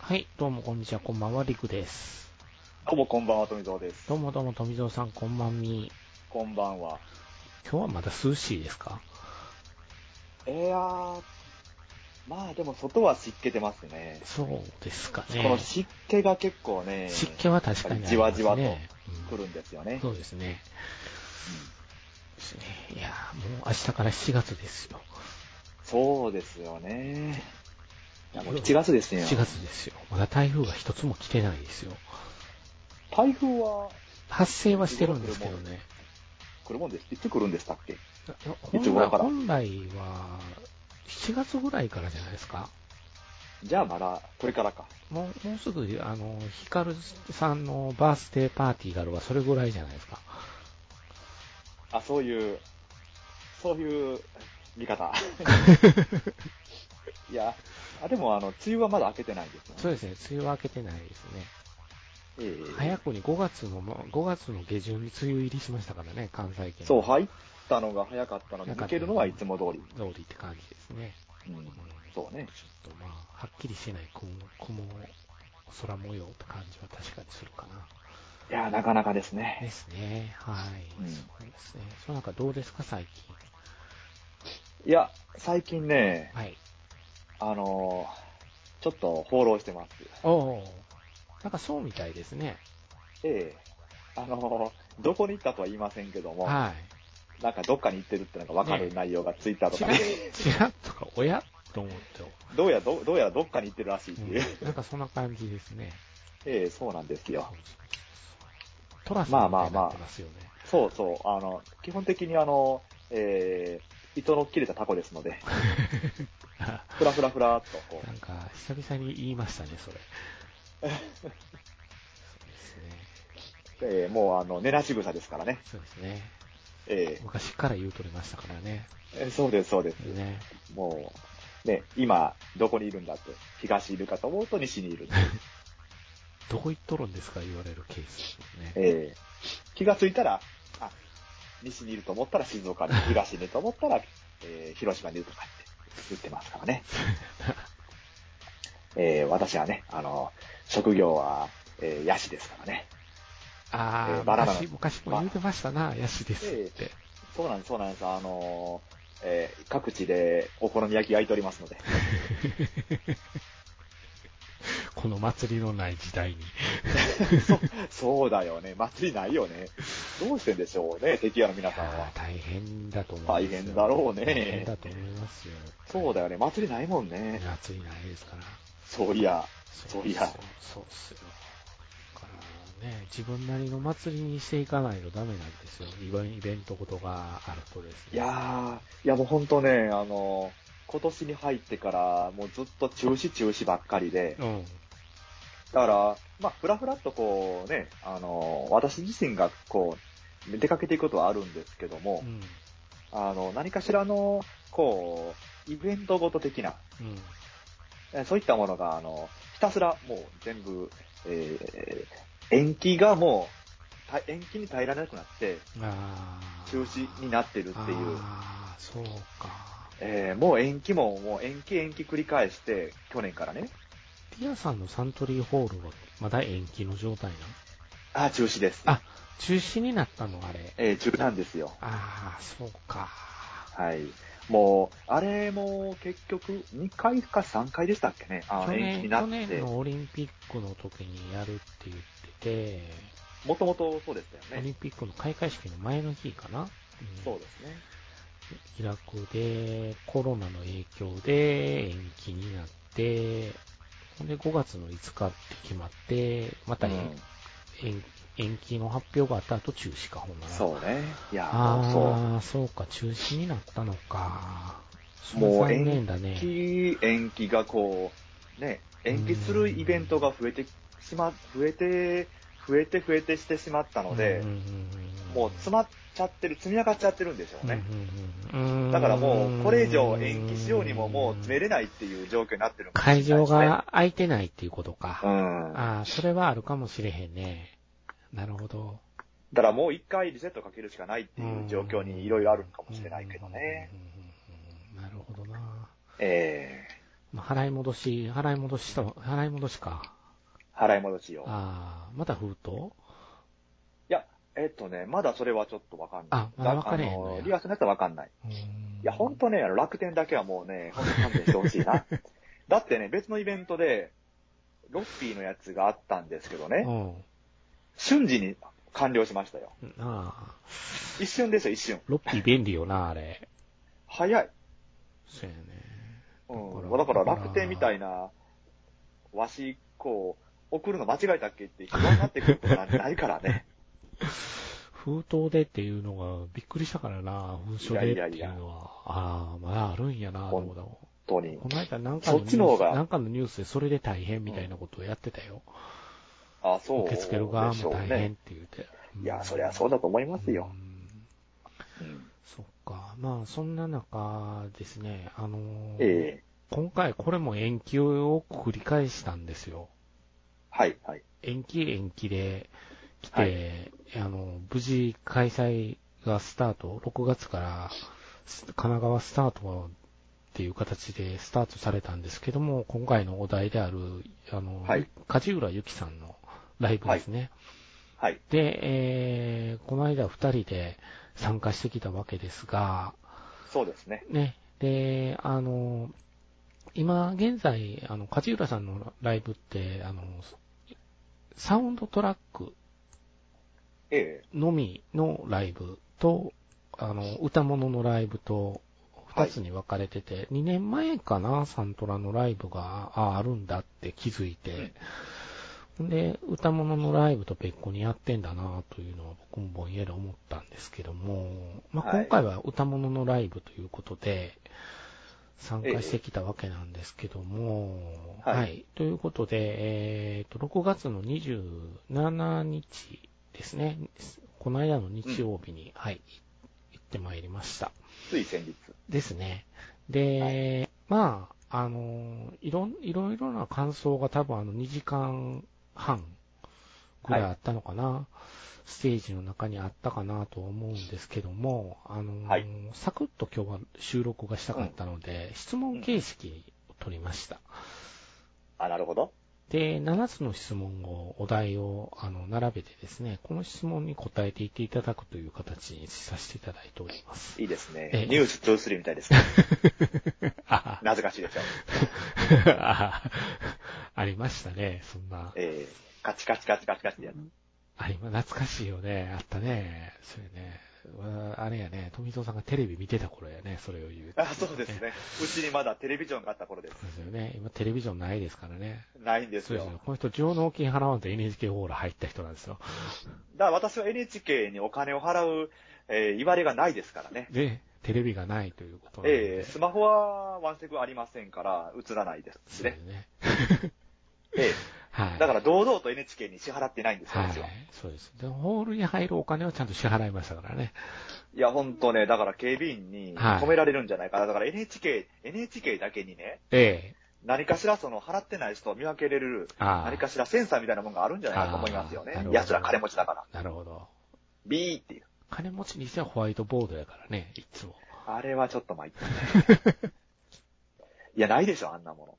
はい、どうもこんにちは、こんばんは、りくです。ほぼこんばんは、富蔵です。どうもどうも、富蔵さん、こんばんみ。こんばんは。今日はまだ涼しいですかいやー、まあでも外は湿気てますね。そうですかこのね。湿気が結構ね、湿気は確かにありますね。じわじわとう来んるんですよね。そうですね。ですねいやー、もう明日から7月ですよ。そうですよね。いやもう7月ですね。 7月ですよ。まだ台風が一つも来てないですよ。台風は発生はしてるんですけどね。来るもんです。いつ来るんでしたっけ本いつ頃来から本来は、7月ぐらいからじゃないですか。じゃあまだ、これからか。もうもうすぐ、あの、ヒカルさんのバースデーパーティーがあるわ、それぐらいじゃないですか。あ、そういう、そういう 見方。いや、あでもあの、梅雨はまだ明けてないんですよね。そうですね、梅雨は明けてないですね。ええ早くに5月の、5月の下旬に梅雨入りしましたからね、関西圏。そう、は入ったのが早かったので、早かっ抜たねけるのはいつも通り。通りって感じですね。うん、そうね。ちょっとまあ、はっきりしてない雲、雲、空模様って感じは確かにするかな。いやー、なかなかですでね。すね、はい。うんそうですね。その中どうですか、最近。いや、最近ね、はい。あのーちょっと放浪してます。おお。なんかそうみたいですね。ええあのーどこに行ったとは言いませんけども、はい。なんかどっかに行ってるってのが分かる内容がツイッターとちからで、ちらっとか、おやと思って、どうやらど、どうやらどっかに行ってるらしいっていう。うんなんかそんな感じですね。ええそうなんですよ。トラスみたいになってますよね。そうそう、あの、基本的にあの、ええ糸の切れたタコですので、ふらふらふらっとこ なんか、久々に言いましたね、それ。そうですね。う、ええもうあの、寝なし草ですからね。そうですね。ええ昔から言うとりましたからね。えそうです、そうです。ね。もう、ね、今、どこにいるんだって。東いるかと思うと西にいるっていう。どこ行っとるんですか言われるケースですよね。ええ気がついたら、あ、西にいると思ったら静岡に、東にいると思ったら、えー広島にいるとかって言ってますからね。ええ私はね、あの、職業は、えーヤシですからね。ああ、えーバナナ昔、昔も言うてましたな、ヤシですって。そうなんです、そうなんです。あのえー各地でお好み焼き焼いておりますので。この祭りのない時代に。そうそうだよね。祭りないよね。どうしてんでしょうね、敵屋の皆さんは。大変だと思いますよ。大変だろうね大変だと思いますよ。そうだよね、祭りないもんね。夏にないですから。そういや、うそういや。そうっすよ。だからね、自分なりの祭りにしていかないとダメなんですよ。イベイベントことがあるとですね。いやー、いやもうほんとね、あの、今年に入ってから、もうずっと中止中止ばっかりで、うん。だから、まあ、ふらふらっとこうね、あの、私自身がこう、出かけていくことはあるんですけどもう、ん。あの、何かしらの、こう、イベントごと的な、うん。えそういったものが、あの、ひたすらもう全部、えー延期がもう、た延期に耐えられなくなって、あー中止になってるっていう。ああ、そうか。えーもう延期も、もう延期延期繰り返して、去年からね。ティアさんのサントリーホールはまだ延期の状態なのあ、中止です。あ、中止になったのあれ。えー中止なんですよ。ああ、そうか。はい。もう、あれも結局、2回か3回でしたっけね。あ去延期年にな去っ年て。のオリンピックの時にやるって言ってもともとそうでしたて、オよリね。ンピックの開会式の前の日かな、うんそうですね。開くで、コロナの影響で延期になって、ほんで5月の5日って決まって、またう延,ん延、延期の発表があった後中止か、ほんなら。そうね。いや、もうそう。ああ、そうか、中止になったのか。もうそれ残延念だね。期、延期がこう、ね、延期するイベントが増えてしま、増えて、増えて増えてしてしまったので、もう詰まっちゃってる、積み上がっちゃってるんでしょうね。だからもう、これ以上延期しようにももう詰める。れないっていう状況になってるかもしれない会ですね場、が空いてないっていうことか。うん。だかああ、それはあるかもしれへんね。なるほど。らもう一回リセットかけるしかないっていう状況にいろいろあるかもしれないけどね。うんうんうんうん。なるほどな。えまあ、払い戻し、払い戻ししたわ、払い戻しか。払い戻しよ。ああ、また封筒いや、えっとね、まだそれはちょっとわかんない。あまだわかれへんあのやのリアスのやつはわかんない。うーんいや、ほんとね、あの楽天だけはもう ね、ほんと勘弁してほしいな。だってね、別のイベントで、ロッピーのやつがあったんですけどね、うん。瞬時に完了しましたよ。ああ、一瞬ですよ、一瞬。ロッピー便利よな、あれ。早い。そうやね。うん。だだかからら楽天みたいな、わし、こう、送るの間違えたっけって、不安になってくることなんてないか らね。封筒でっていうのがびっくりしたからな、封書でっていやいいやういやのは。ああ、まだあるんやな、と思ったもん本当に。この間なんかのニュそーっスちの方がなんかのニュースでそれで大変みたいなことをやってたよ。あ、そう。受け付ける側でしょもう大変っね。て言うて。いや、そりゃそうだと思いますよう。んうんそっか。まあ、そんな中ですね、あのーええ今回これも延期を繰り返したんですよ。はい、はい。延期延期で来て、はあの、無事開催がスタート、6月からす神奈川スタートっていう形でスタートされたんですけども、今回のお題である、あの、はい梶浦由紀さんのライブですね。はい。で、えー、この間2人で参加してきたわけですが、そうですね。ね、で、あの、今現在、あの、梶浦さんのライブって、あの、サウンドトラックえのみのライブと、あの、歌物のライブと、二つに分かれてて、2年前かな、サントラのライブが、ああ、るんだって気づいて、で、歌物のライブと別個にやってんだなというのは僕もぼんやり思ったんですけども、まあ、はい今回は歌物のライブということで、参加してきたわけなんですけども、ええは、はいいということで、えーと、6月の27日ですね、この間の日曜日に、はい、行ってまいりました。えつい先日。ですね。で、まあ、あの、いろん、いろいろな感想が多分あの2時間半ぐらいあったのかな、ステージの中にあったかなと思うんですけども、あの、はいサクッと今日は収録がしたかったので、質問形式を取りました。あ、なるほど。で、7つの質問を、お題を、あの、並べてですね、この質問に答えていっていただくという形にさせていただいております。いいですねええ。ニュース23みたいですね。 あなぜかしいでしょう。 あありましたね、そんな。ええカチカチカチカチカチってやつ。ありま、懐かしいよね、あったね。それね。わあれやね、富蔵さんがテレビ見てた頃やね、それを言う。あ、そうです。ね。うちにまだテレビジョンがあった頃です。そうですよね。今テレビジョンないですからね。ないんですそうよ。ですだよか。この人、上納金払わんと NHK ホール入った人なんですよ。ら私は NHK にお金を払う、えー、言われがないですからね。で、テレビがないということなんで。ええスマホはワンセグありませんから、映らないですしそうでねす。ね。えはえい。だから堂々と NHK に支払ってないんですよ、はういちは。。そうです。で、ホールに入るお金はちゃんと支払いましたからね。いや、ほんとね、だから警備員にはい止められるんじゃないかな。だから NHK、NHK だけにね、ええ。何かしらその払ってない人を見分けれる、ああ。何かしらセンサーみたいなもんがあるんじゃないかと思いますよあーなねるほ。ど奴ら金持ちだから。なるほど。ビーっていう。金持ちにしてはホワイトボードやからね、いつも。あれはちょっと参ったね。 いや、ないでしょ、あんなもの。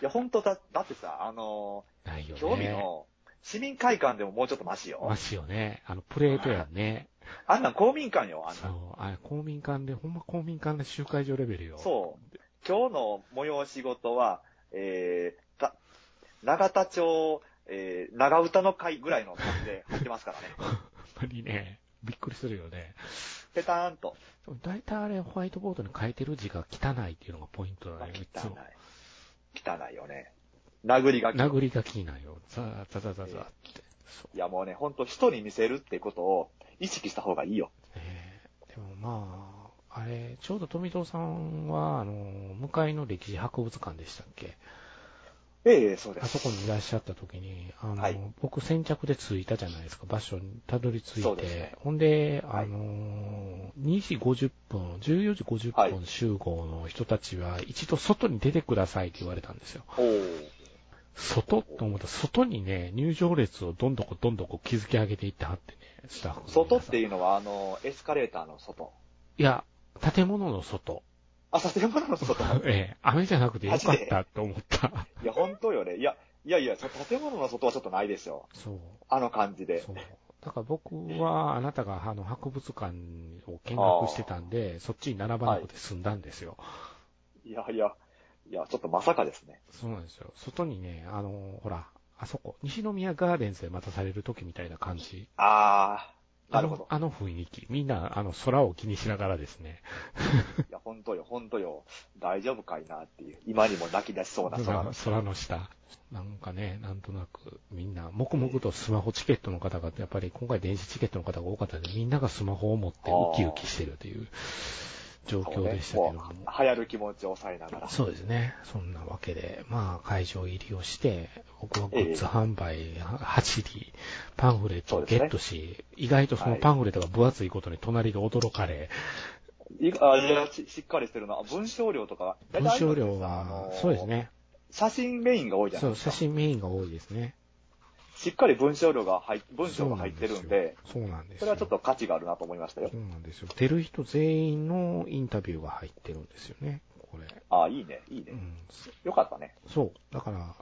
いや、ほんとだ、だってさ、あのないよー、ね。興味の市民会館でももうちょっとマシよマ。シよね。あの、プレートやんね。あんなん公民館よ、あんそなん。う。あれ、公民館で、ほんま公民館で集会所レベルよ。そう。今日の催し事は、えー、た、長田町、えー、長唄の会ぐらいの感じで入ってますからね。 ほんまにね、びっくりするよね。ペターンと。だいたいあれ、ホワイトボードに書いてる字が汚いっていうのがポイントまあだよ、いつ汚も。い。汚いよね。殴りがき。殴り書きなんよ。ザーザザザザって。そいやもうね、ほんと人に見せるってことを意識した方がいいよ。うね。でもまあ、あれ、ちょうど富藤さんは、あの、向かいの歴史博物館でしたっけええそうであす。そこにいらっしゃった時に、あの、はい僕先着で着いたじゃないですか、場所にたどり着いそうて。ですねほんで、はいあのー2時50分、14時50はい分集合の人たちは、一度外に出てくださいって言われたんですよ。おー外と思ったら、外にね、入場列をどんどこどんどこ築き上げていってはってね、スタッフの皆さん外っていうのは、あの、エスカレーターの外。いや、建物の外。あ、建物の 外。 ええ、雨じゃなくてよかったと思った。いや、本当よね。いや、いやいや、ちょ建物の外はちょっとないですよ。そう。あの感じでそ。う。だから僕は、あなたがあの博物館を見学してたんで、そっちに並ばなくて済んだんですよ。いやいや、いや、ちょっとまさかですね。そうなんですよ。外にね、あの、ほら、あそこ、西宮ガーデンズで待たされる時みたいな感じ。あー、なあるほどの。あの雰囲気。みんな、あの、空を気にしながらですね。いや、本当よ、本当よ。大丈夫かいなっていう。今にも泣き出しそうな空の。空の下。なんかね、なんとなく、みんな、黙々とスマホチケットの方が、やっぱり今回電子チケットの方が多かったんで、みんながスマホを持ってウキウキしてるという状況でしたけども。そうねもう流行る気持ちを抑えながら。そうですね。そんなわけで、まあ、会場入りをして、僕はグッズ販売走り、パンフレットをゲットし、意外とそのパンフレットが分厚いことに隣が驚かれ、いあいやししっかりしてるのは、文章量とか、文章量あはの、そうです。ね。写真メインが多いじゃなそ、いうですか。写真メインが多いですね。しっかり文章量が入っ、文章が入ってるんで、そうなんですよ。それはちょっと価値があるなと思いましたよそ。うなんですよ。出る人全員のインタビューが入ってるんですよね、これ。ああ、いいね、いいうね。ん、よかったね。そう。だから、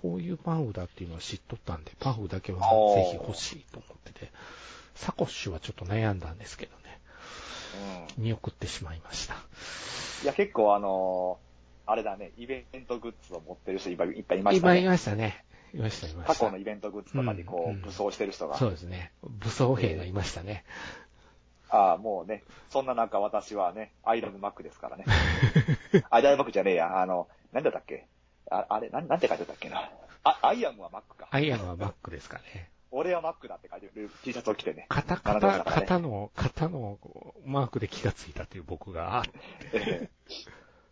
こういうパンフだっていうのは知っとったんで、パンフだけはおぜーひ欲しいと思ってて、サコッシュはちょっと悩んだんですけどね、うん。見送ってしまいました。いや、結構あのーあれだね、イベントグッズを持ってる人いっぱいいっぱいいました今いね。ましたね。いました、いました。過去のイベントグッズとかにこうんう、武装してる人が。そうですね。武装兵がいましたね。ああ、もうね、そんな中私はね、アイラブマックですか らね。アイラブマックじゃねえや、あの、なんだったっけああれなん、なんて書いてあったっけな。あ、アイアムはマックか。アイアンはマックですかね。俺はマックだって書いてる T シャツを着てね。 肩、並んでまし肩、たからね肩の、肩のこうマークで気がついたという僕が、あええ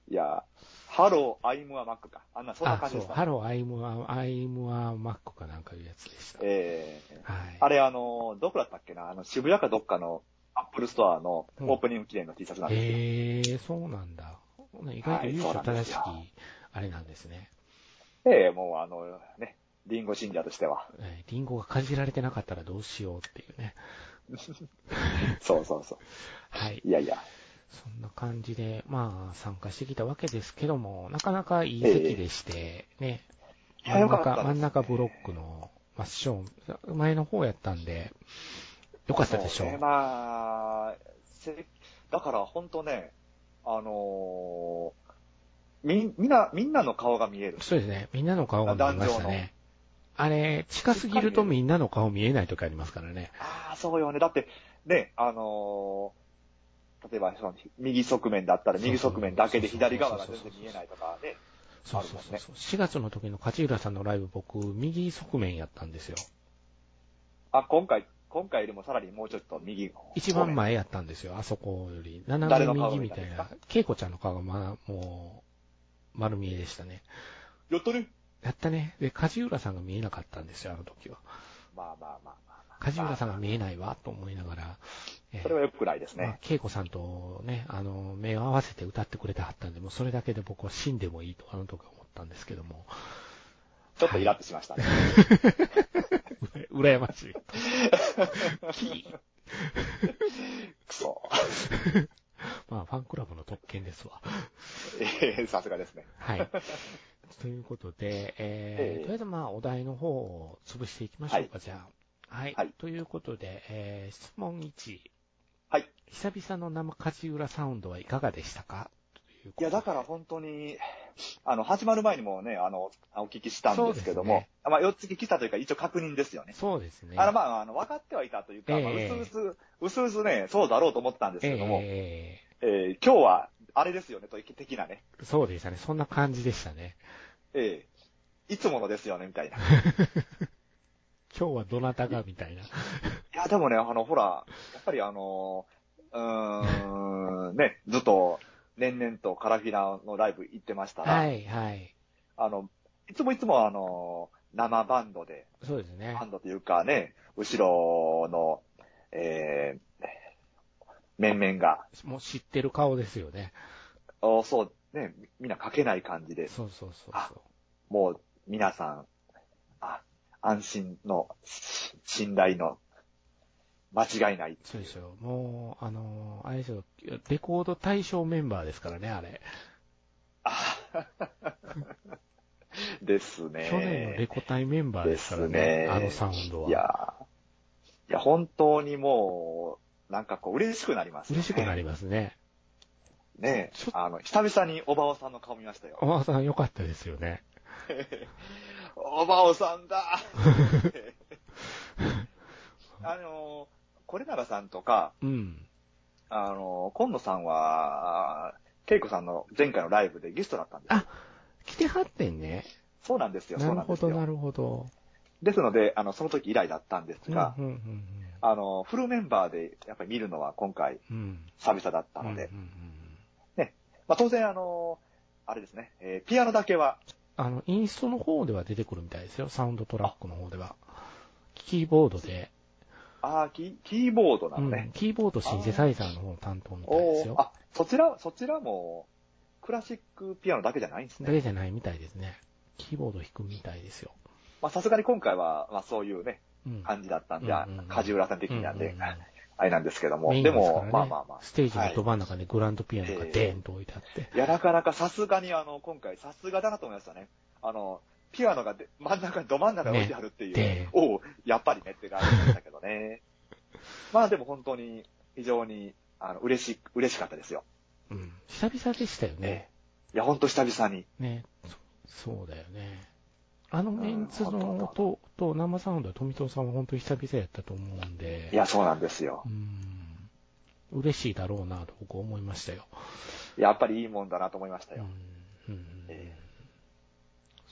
いや、ハロー、アイムはマックか。あんな、そんなあ、感じそでうし、た、ハロー、アイムア、アイムアマックかなんかいうやつでした。ええはい。あれ、あの、どこだったっけなあの、渋谷かどっかのアップルストアのオープニング記念の T シャツなんですよ。へえー、そうなんだ。ほな意外とはい由緒そうなん正ですしきよ、あれなんですね。ええもうあの、ね、リンゴ信者としては。えーリンゴがかじられてなかったらどうしようっていうね。そうそうそう。はい。いやいや。そんな感じで、まあ、参加してきたわけですけども、なかなかいい席でして、ね。いや真んよかった中、ですね真ん中ブロックの真っ正、前の方やったんで、よかったでしょそうねう。まあ、せだから本当ね、あのーみ、みんな、みんなの顔が見える。そうですね。みんなの顔が見えましたね。あれ、近すぎるとみんなの顔見えない時ありますからね。ああ、そうよね。だって、ね、あのー例えばその、右側面だったら右側面だけでそうそう左側が全然見えないとかね。そうそうそうそう。4月の時の勝浦さんのライブ、僕、右側面やったんですよ。あ、今回、今回よりもさらにもうちょっと右。一番。前やったんですよ、あそこより。誰斜めの顔右み見たたんでいすなか。恵子ちゃんの顔が、まあ、もう、丸見えでしたね。やったね。やったね。で、梶浦さんが見えなかったんですよ、あの時は。まあまあまあまあまあ。梶浦さんがま見えないわ、と思いながら。えあーそれは良くないですまあね。、恵子さんとね、あの、目を合わせて歌ってくれてはったんで、もうそれだけで僕は死んでもいいと、あの時は思ったんですけども、ちょっとイラッとしましたね。うらやましい。く そ。 まあ、ファンクラブの特権ですわ。ええさすがですね。はい。 ということで、えーええとりあえずまあお題の方を潰していきましょうか、はじゃあ。はい。はいということで、えー質問1。はい。久々の生勝浦サウンドはいかがでしたかとうこいとや、でだから本当に、あの、始まる前にもね、あの、お聞きしたんですけども、そうですまあ、4つ聞きしたというか、一応確認ですよね。そうですね。あの、まあ、あの、分かってはいたというか、ええまあ、うすうす、うすうすね、そうだろうと思ったんですえけども、ええー今日は、あれですよね、と、的なね、そうでしたね。そんな感じでしたね。ええいつものですよね、みた いな。い今日はどなたがみたいな。や、でもね、あの、ほら、やっぱりあの、うーん、ね、ずっと、年々とカラフィナのライブ行ってましたら、はい、はい。あの、いつもいつもあの、生バンドで、そうですねハ。ンドというかね、後ろの、えー、面々が、もう知ってる顔ですよね。おそう、ね、みんな書けない感じで、そうそうそうあそう。もう皆さん、あ、安心の、し信頼の、間違いないっていそうですよ。もう、あの、あれですよ、レコード対象メンバーですからね、あれ。あですね。去年のレコ大メンバーですからね、あのサウンドは。いやー、いや、本当にもう、なんかこう、嬉しくなりますよね。嬉しくなりますね。ねちょあの、久々におばおさんの顔見ましたよ。おばあさん良かったですよね。おばおさ んだあの、これならさんとか、うん。あの、今野さんは、けいこさんの前回のライブでゲストだったんですよあ来てはってんね。そうなんですよ、なそうるなんでほすど、なよ。るほど。ですので、あの、その時以来だったんですうん、が、うん、うんあの、フルメンバーでやっぱり見るのは今回うん。うん。久々だったので、うんうんうんまあ当然あの、あれですね、えーピアノだけは、あの、インストの方では出てくるみたいですよ、サウンドトラックの方では。キーボードで、あーキキーボードなうのんね。、キーボードシンセサイザーの方の担当みたいでおすーよ。あ、そちら、そちらも、クラシックピアノだけじゃないんですだね。けじゃないみたいですね。キーボード弾くみたいですよ。まあさすがに今回は、まあそういうね、うん。感じだったんうで、んうんうん梶浦さん的にはうね、んうんうんあれなんですけども、メインですからも、ねまあまあまあ。ステージのはいど真ん中でグランドピアノがええデーンと置いてあって。いや、なかなかさすがに、あの、今回、さすがだなと思いましたね。あの、ピアノがで真ん中に、ど真ん中に置いてあるっていう、ねでおう、やっぱりねって感じでしたけどね。 まあでも本当に、非常に、あの、嬉し、嬉しかったですよ。うん。久々でしたよね。いや、本当久々に。ね。そそうだよね。あのメンツうんの音と生サウンドは富藤さんは本当に久々やったと思うんで。いや、そうなんですよう。ん。嬉しいだろうなと僕は思いましたよ。やっぱりいいもんだなと思いましたうよ。んうんうんええ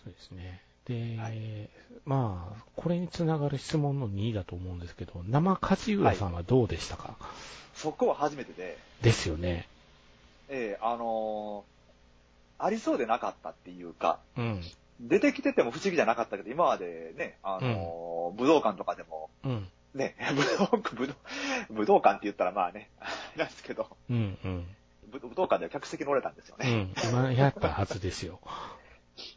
そうですね。で、はまあ、これにつながる質問の2だと思うんですけど、生勝浦さんはどうでしたか、そこは初めてで、ですよね。ええあのーありそうでなかったっていうか、うん。出てきてても不思議じゃなかったけど、今までね、あのー武道館とかでも、うん。ね、 武道館、武道、武道館って言ったらまあね、あれなんですけど、うんうん。武武道館では客席におれたんですようね。ん。 今やったはずですよ。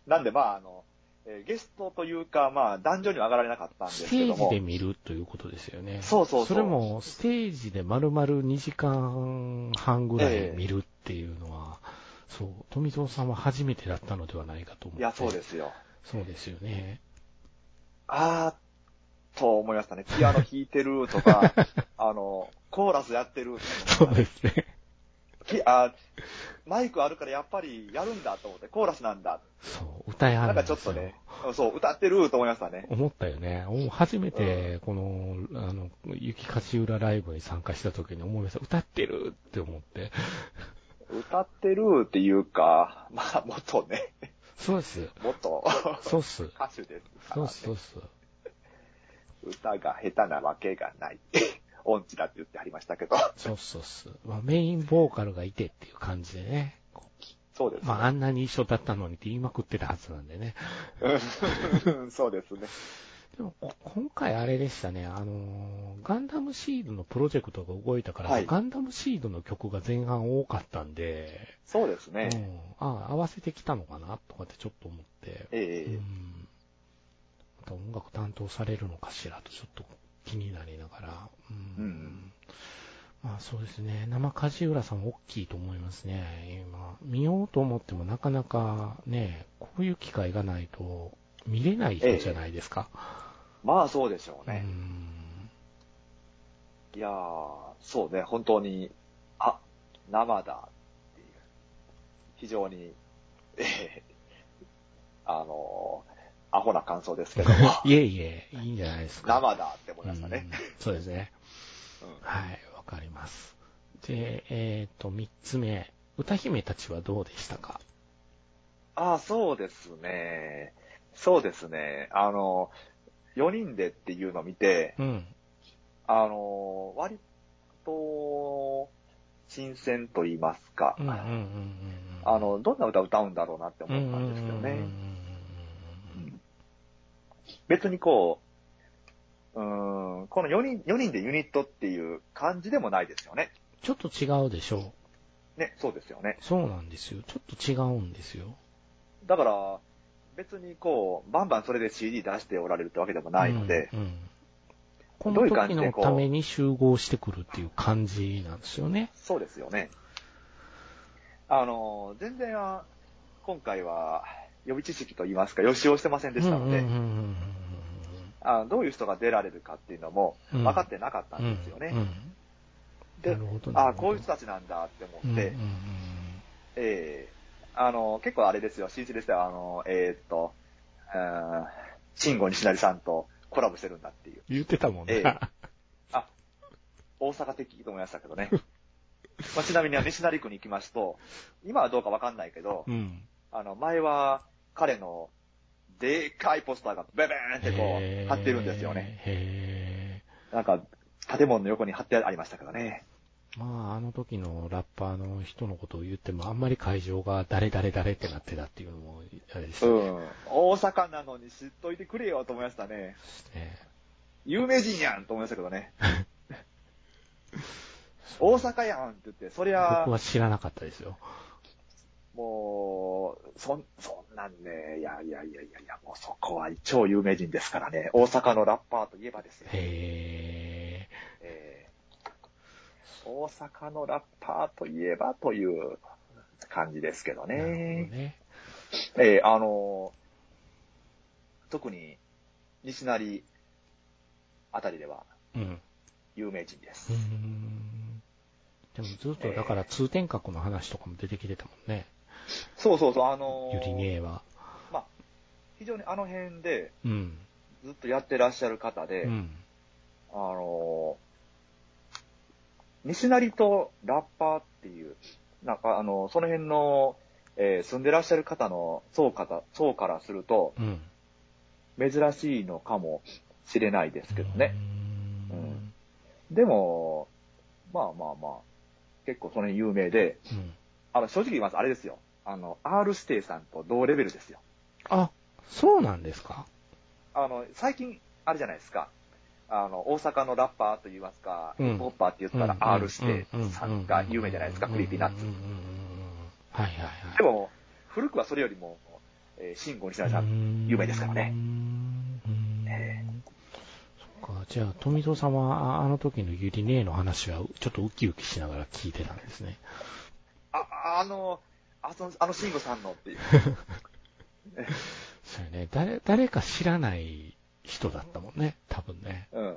なんでまああの、えーゲストというかまあ壇上には上がられなかったんでスすテけどージもで、見るということですよね。そうそうそそうれも、ステージで丸々2時間半ぐらいええ見るっていうのは、そう、富蔵さんは初めてだったのではないかと思っいて。やそうですよ。そうですよね。あーと思いましたね。ピアノ弾いてると か、あの、コーラスやってるとそうか、ですね。きあマイクあるからやっぱりやるんだと思って、コーラスなんだ。そう、歌いはなるんんでかすちょよっとね、そう、歌ってると思いましたね。思ったよね。お初めて、この、あの、雪勝ち裏ライブに参加した時に思いました。歌ってるって思って。歌ってるっていうか、まあ、元ね、そうっす。元そうっす。歌手ですかそうっらねす、そうっす。歌が下手なわけがない。音痴だって言ってありましたけど。そうっす、そうっす。まあ、メインボーカルがいてっていう感じでね。そうですね。まあ、あんなに一緒だったのにって言いまくってたはずなんでね。うんそうですね。でも、こ今回あれでしたね。あのー、ガンダムシードのプロジェクトが動いたから、はいガンダムシードの曲が前半多かったんで、そうですうね。ん、ああ、合わせてきたのかなとかってちょっと思って。えうえん。また音楽担当されるのかしらとちょっと気になりながら。うん。うんまあそうですね。生梶浦さん大きいと思いますね。今、見ようと思ってもなかなかね、こういう機会がないと見れない人じゃないですか。まあ、そうでしょうねう。ん。いやー、そうね、本当に、あ、生だっていう。非常に、ええあのーアホな感想です けども、いえいえ、いいんじゃないですか。生だって思いましたね。うんそうですね。うんはい、わかります。で、えっ、と、三つ目。歌姫たちはどうでしたかああ、そうですね。そうですね。あの、4人でっていうのを見て、うん。あの、割と、新鮮と言いますか、うんうんうんうんうん。あの、どんな歌歌うんだろうなってうんう思っんうたんうんうんんですようんうんうね。ん別にこう、うーん、この4人、4人でユニットっていう感じでもないですよね。ちょっと違うでしょう。ね、そうですよね。そうなんですよ。ちょっと違うんですよ。だから、別にこう、バンバンそれで CD 出しておられるってわけでもないので、うんうん。この時のために集合してくるっていう感じなんですよね。そうですよね。あの、全然、あ今回は予備知識といいますか、予習をしてませんでしたので、うんうんうんうんあどういう人が出られるかっていうのもうん分かってなかったんですよね。うんうんなでるほど、なるほどあこういう人たちなんだって思って、うんうんえーあの、結構あれですよ、新一ですよ、あの、えーっと、うん慎吾西成さんとコラボしてるんだっていう。言ってたもんね。えあ、大阪的と思いましたけど ね。まあ、ちなみに、西成区に行きますと、今はどうかわかんないけど、 うん。あの、前は彼のでかいポスターがベベーンってこへーう貼ってるんですよね。。へなんか、建物の横に貼ってありましたけどね。ーまあ、あの時のラッパーの人のことを言っても、あんまり会場が誰誰誰ってなってたっていうのも、あれでしうたんね。。大阪なのに知っといてくれよと思いましたね。ね有名人やんと思いましたけどね。大阪やんって言って、そりゃ僕、は知らなかったですよ。もう、そん、そんなんね、いやいやいやいやいや、もうそこは超有名人ですからね。大阪のラッパーといえばですよ。へえー大阪のラッパーといえばという感じですけどえ。なるほ。ねどね。えーあのー特に西成あたりではうん。有名人ですうー。んでもずっとだから通天閣の話とかも出てきてたもんね。そうそうそう、あのーゆりねえは。まあ、非常にあの辺でうん。ずっとやってらっしゃる方で、うん。あのー西成とラッパーっていう、なんかあの、その辺の、えー住んでらっしゃる方の層から、層からすると、うん。珍しいのかもしれないですけどね。うーん。でも、まあまあまあ、結構その辺有名で、うん。あの、正直言います、あれですよ。あの、R 指定さんと同レベルですよ。あ、そうなんですかあの、最近、あれじゃないですか。あの、大阪のラッパーと言いますか、うんヒップホッパーって言ったら R 指定さんが有名じゃないですか、クリーピーナッツうん。うんうんうんうんはいはいはい。でも、古くはそれよりも、えー、慎吾西成さん。有名ですからねうーん。えそっか、じゃあ、富蔵さんは、ああの時のゆりねえの話は、ちょっとウキウキしながら聞いてたんですね。あ、あの、あその、あの慎吾さんのっていう。そうよね。誰、誰か知らない人だったもんね、多分ね。うん。うん。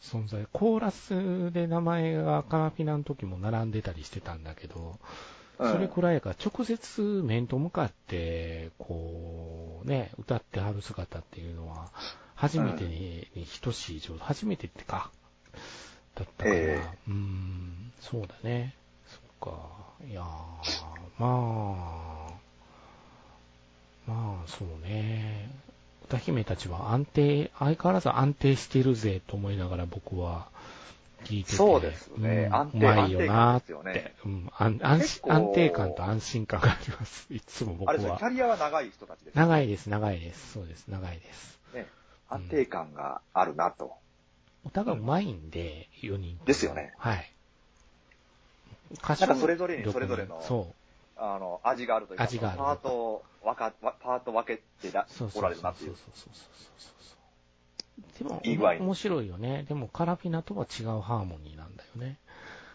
そ存在。コーラスで名前がカーピナの時も並んでたりしてたんだけど、うんそれくらいやから直接面と向かって、こう、ね、歌ってはる姿っていうのは、初めてに,、等しい状態、初めてってか、だったから、えうーん、そうだね。そっか、いやー、まあ、まあ、そうね。歌姫たちは安定、相変わらず安定してるぜと思いながら僕は聞いてて。そうですね。うん安う定、ま安いよ定なーっ感ですよってね。、うん、安安結構心安定感と安心感があります。 いつも僕あれですよキは。ャリアは長い人たちですよ長いです、長いです。そうです、長いです。ね。安定感があるなと。歌が上手いんで、4人。ですよね。はい。歌なんかそれぞれに力もそれぞれのそう。あの、味があるというか、味があるパートを分か、パート分けてらそうそうそうおられるなっていそうう。そうそうそうそうそう。いでい具も合、に面白いよね。でも、カラフィナとは違うハーモニーなんだよね。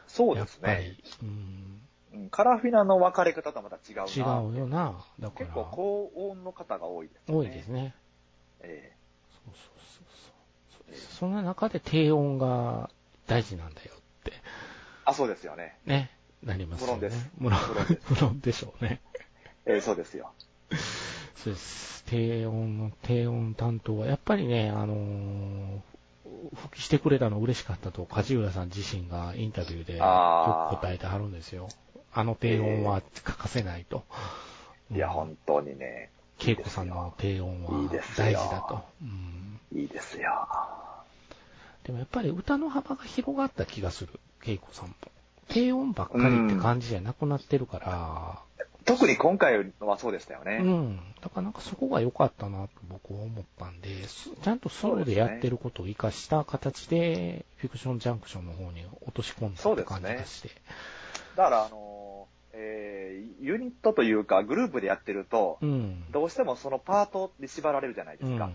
そうですやっぱね。り。うん。うんカラフィナの分かれ方とはまた違うな。違うよな。だから、結構高音の方が多いですね。多いですね。えそうそうそうそう。そんな中で低音が大事なんだよって、えあ、そうですよね。ね、なりますよね。無論です無論無論です 無論でしょうね。ええそうですよ。そうです。低音の低音担当は、やっぱりね、あのー復帰してくれたの嬉しかったと、梶浦さん自身がインタビューでよくあー答えてはるんですよ。あの低音は欠かせないと。いや、うん本当にね、恵子さんの低音いはいですよ大事だと。うんいいですよ。でもやっぱり歌の幅が広がった気がする、恵子さんも。低音ばっかりって感じじゃなくなってるから、特に今回はそうでしたよね。うん。だからなんかそこが良かったなと僕は思ったんで、すちゃんとソロでやってることを活かした形で、フィクションジャンクションの方に落とし込んだって感じがして。だから、あのー、えーユニットというか、グループでやってると、うん。どうしてもそのパートに縛られるじゃないでうすん。か。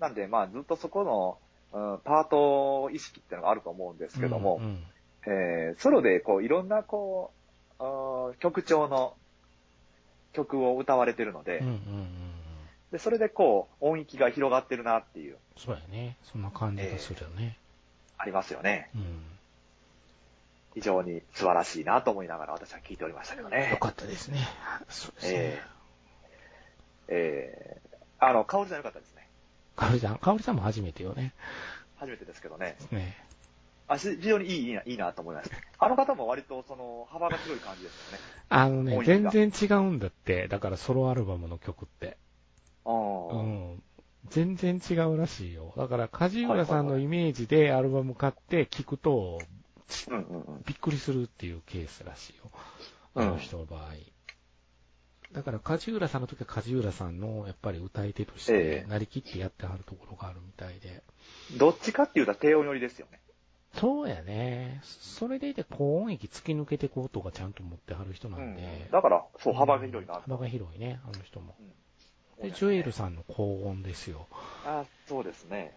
なんで、まあ、ずっとそこの、うん、パート意識ってのがあると思うんですけども、うんうんえーソロでこういろんなこうあー曲調の曲を歌われてるので,、うんうんうんで、それでこう音域が広がってるなっていう、そうやね。そんな感じがするよね。ありますよね。うん。非常に素晴らしいなと思いながら私は聞いておりましたけどよね。かったですね。そうですねえ。えーあの、香りじゃなかったですね。かおりさん、かおりさんも初めてよね。初めてですけどね。ね。あし非常にいいいいないいなと思いました。あの方も割とその幅が広い感じですよね。あのね多、いん全だ然違うんだって。だからソロアルバムの曲って。ううんん。全然違うらしいよ。だから、梶浦さんのイメージでアルバム買って聞くと、うんうんうん。びっくりするっていうケースらしいよ。あの人の場合。だから、梶浦さんの時は梶浦さんの、やっぱり歌い手としえて、えなりきってやってはるところがあるみたいで。どっちかっていうと低音寄りですよね。そうやね。それでいて、高音域突き抜けていく音がちゃんと持ってはる人なうんでん。。だから、そう、幅が広いなと幅が広いね、あの人も。思いで、ましジたョねエルさんの高音ですよ。あそうですね。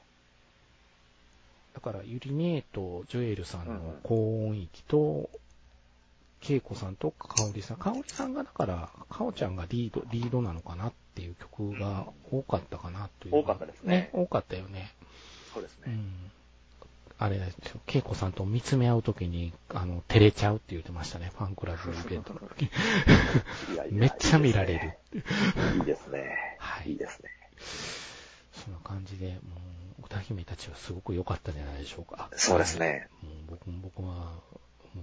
だから、ユリネーとジョエルさんの高音域と、ケイコさんとカオリさん。カオリさんがだから、カオちゃんがリード、リードなのかなっていう曲が多かったかなという。多かったですね多かったよね。そうですうね。ん。あれですよ。ケイコさんと見つめ合うときに、あの、照れちゃうって言ってましたね。ファンクラブイベン トの時。いやいやめっちゃ見られる。いいですね。はいいいですね。そんな感じで、もう、歌姫たちはすごく良かったんじゃないでしょうか。そうですね。もう僕も僕は、もう、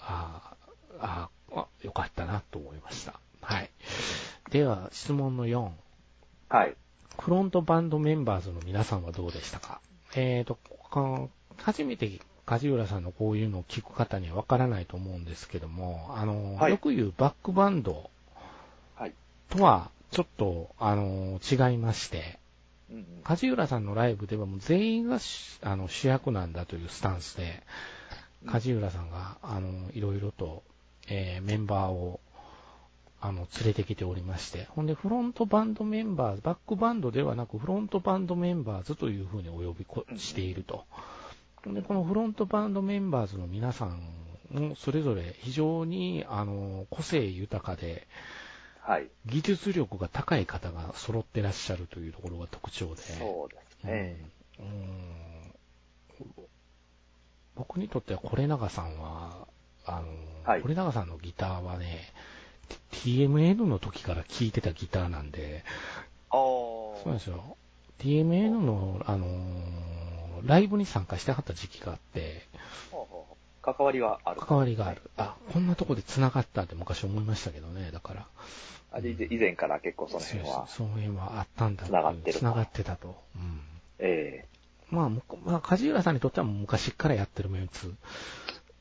ああ、ああ、あよかったなと思いました。はい。では、質問の4。はい。フロントバンドメンバーズの皆さんはどうでしたかえーと、か初めて梶浦さんのこういうのを聞く方にはわからないと思うんですけども、あの、はいよく言うバックバンドはい。とはちょっと、あの、違いまして、うんうん梶浦さんのライブではもう全員がしあの主役なんだというスタンスで、梶浦さんが、あの、いろいろと、えーメンバーを、あの、連れてきておりまして、ほんで、フロントバンドメンバーズ、バックバンドではなく、フロントバンドメンバーズというふうにお呼びこしていると。ほんで、このフロントバンドメンバーズの皆さんも、それぞれ非常に、あの、個性豊かで、はい。技術力が高い方が揃ってらっしゃるというところが特徴で。そうですうんね。うん僕にとっては、これながさんは、あの、はいこれながさんのギターはね、T- TMN の時から聴いてたギターなんで、ああ。そうなんですよ。TMN の、あのーライブに参加してはった時期があって、ほうほうほう関わりはある。関わりがある。あ、こんなとこで繋がったって昔思いましたけどね、だから。あで以前から結構そのそう辺そうは。その辺はあったんだ繋がってる繋がってたと。うん。えまあ、むまあ、梶浦さんにとってはもう昔っからやってるメンツ。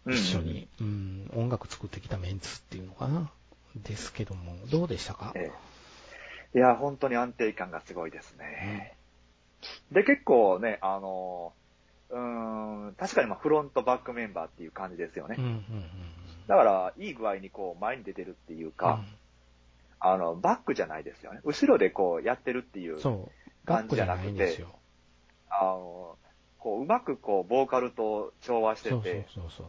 え一緒に、うん、音楽作ってきたメンツっていうのかな。ですけども、どうでしたか、ええいや、本当に安定感がすごいですね。で、結構ね、あの、うーん、確かにまあフロントバックメンバーっていう感じですよね。うん、うん、うん。だから、いい具合にこう前に出てるっていうか、あの、バックじゃないですよね。後ろでこうやってるっていううん、そう。バックじゃないんですよ。あの、こううまくこうボーカルと調和してそうそてう、そうそう。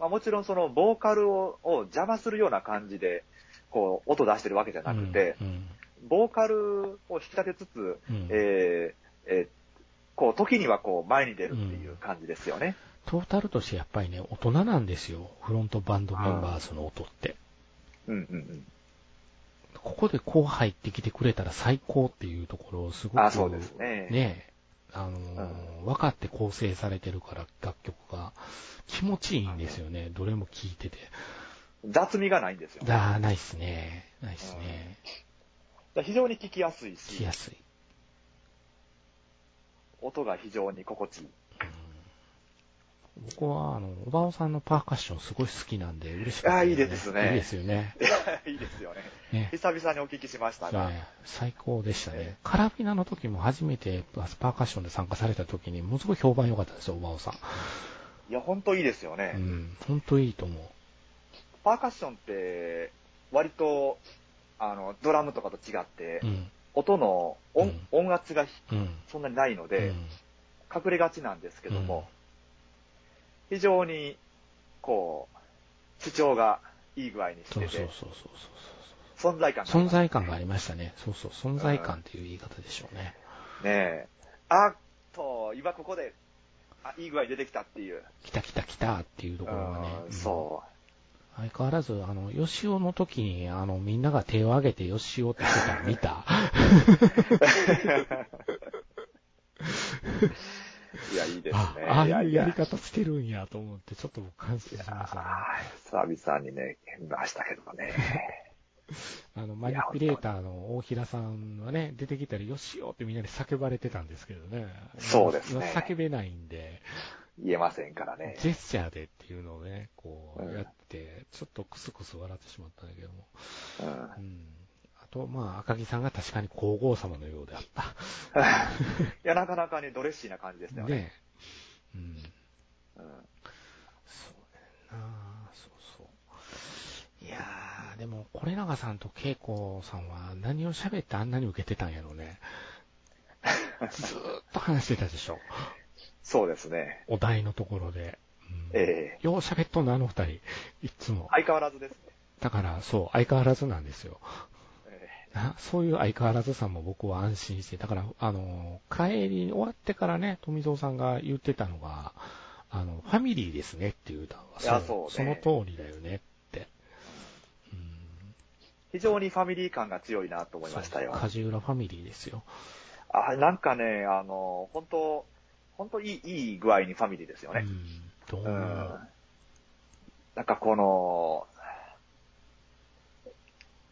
まあ、もちろんそのボーカルをを邪魔するような感じで、こう音出してるわけじゃなくて、うん、ボーカルを引き立てつつ、うんうんえーえーこう、時にはこう、前に出るっていう感じですよね。トータルとしてやっぱりね、大人なんですよ。フロントバンドメンバーズの音って。うんうんうん。ここでこう入ってきてくれたら最高っていうところをすごく、あそうですねねあのー分かって構成されてるから楽曲が気持ちいいんですよね。どれも聴いてて。雑味がないんですよ。だかだないっすね。ないっすね。ら非常に聞きやすい聞きしや、すい。音が非常に 心地いい。僕は、あの、おばおさんのパーカッションすごい好きなんで、嬉しかった、あーいいですねいいですよね。いいですよね。ね。久々にお聞きしましたが、ね最高でしたね。カラビナの時も初めてパーカッションで参加された時に、ものすごい評判良かったですよ、おばおさん。いや、ほんといいですよね。うん。ほんといいと思う。パーカッションって、割と、あの、ドラムとかと違ってう、ん。音の音、うん音圧がひうん。そんなにないのうで、ん隠れがちなんですけども、非常に、こう、主張がいい具合にしてそうて、そうそうそうそう存在感がありますそう。存在感がありましたね。そうそう、存在感っていう言い方でしょうね。ねえ。あっと、今ここで、あ、いい具合に出てきたっていう。来た来た来たっていうところがね。うんうんそ相変わらず、あの、ヨシオの時に、あの、みんなが手を挙げてヨシオってしてたの見たう。いや、い いですあね。ああいうやいり方してるんやと思って、ちょっと僕感心しましたね。あー久々にね、見ましたけどもね。あの、マニピュレーターの大平さんはね、出てきたらヨシオってみんなに叫ばれてたんですけどね。そうですね今叫べないんで、言えませんからね。ジェスチャーでっていうのをね、こうんうやって、ちょっとクスクス笑ってしまったんだけども。うんうん。あと、まあ、赤木さんが確かに皇后様のようであった。いや、なかなかね、ドレッシーな感じですよね。ねえ。うん。うんそうやんなそうそう。いやー、でも、これ永さんと恵子さんは何を喋ってあんなに受けてたんやろうね。ずーっと話してたでしょ。そうですね。お題のところで。うんええよう喋っとんの、あの二人。いっつも。相変わらずですね。だから、そう、相変わらずなんですよ。ええなそういう相変わらずさも僕は安心して、だから、あの、帰り終わってからね、富蔵さんが言ってたのが、あの、ファミリーですねっていう歌は、いやそうそのね通りだよねって。うん非常にファミリー感が強いなと思いましたよそう。梶浦ファミリーですよ。あなんかね、あの、本当本当いい、いい具合にファミリーですようね。ん。どううん。もなんかこの、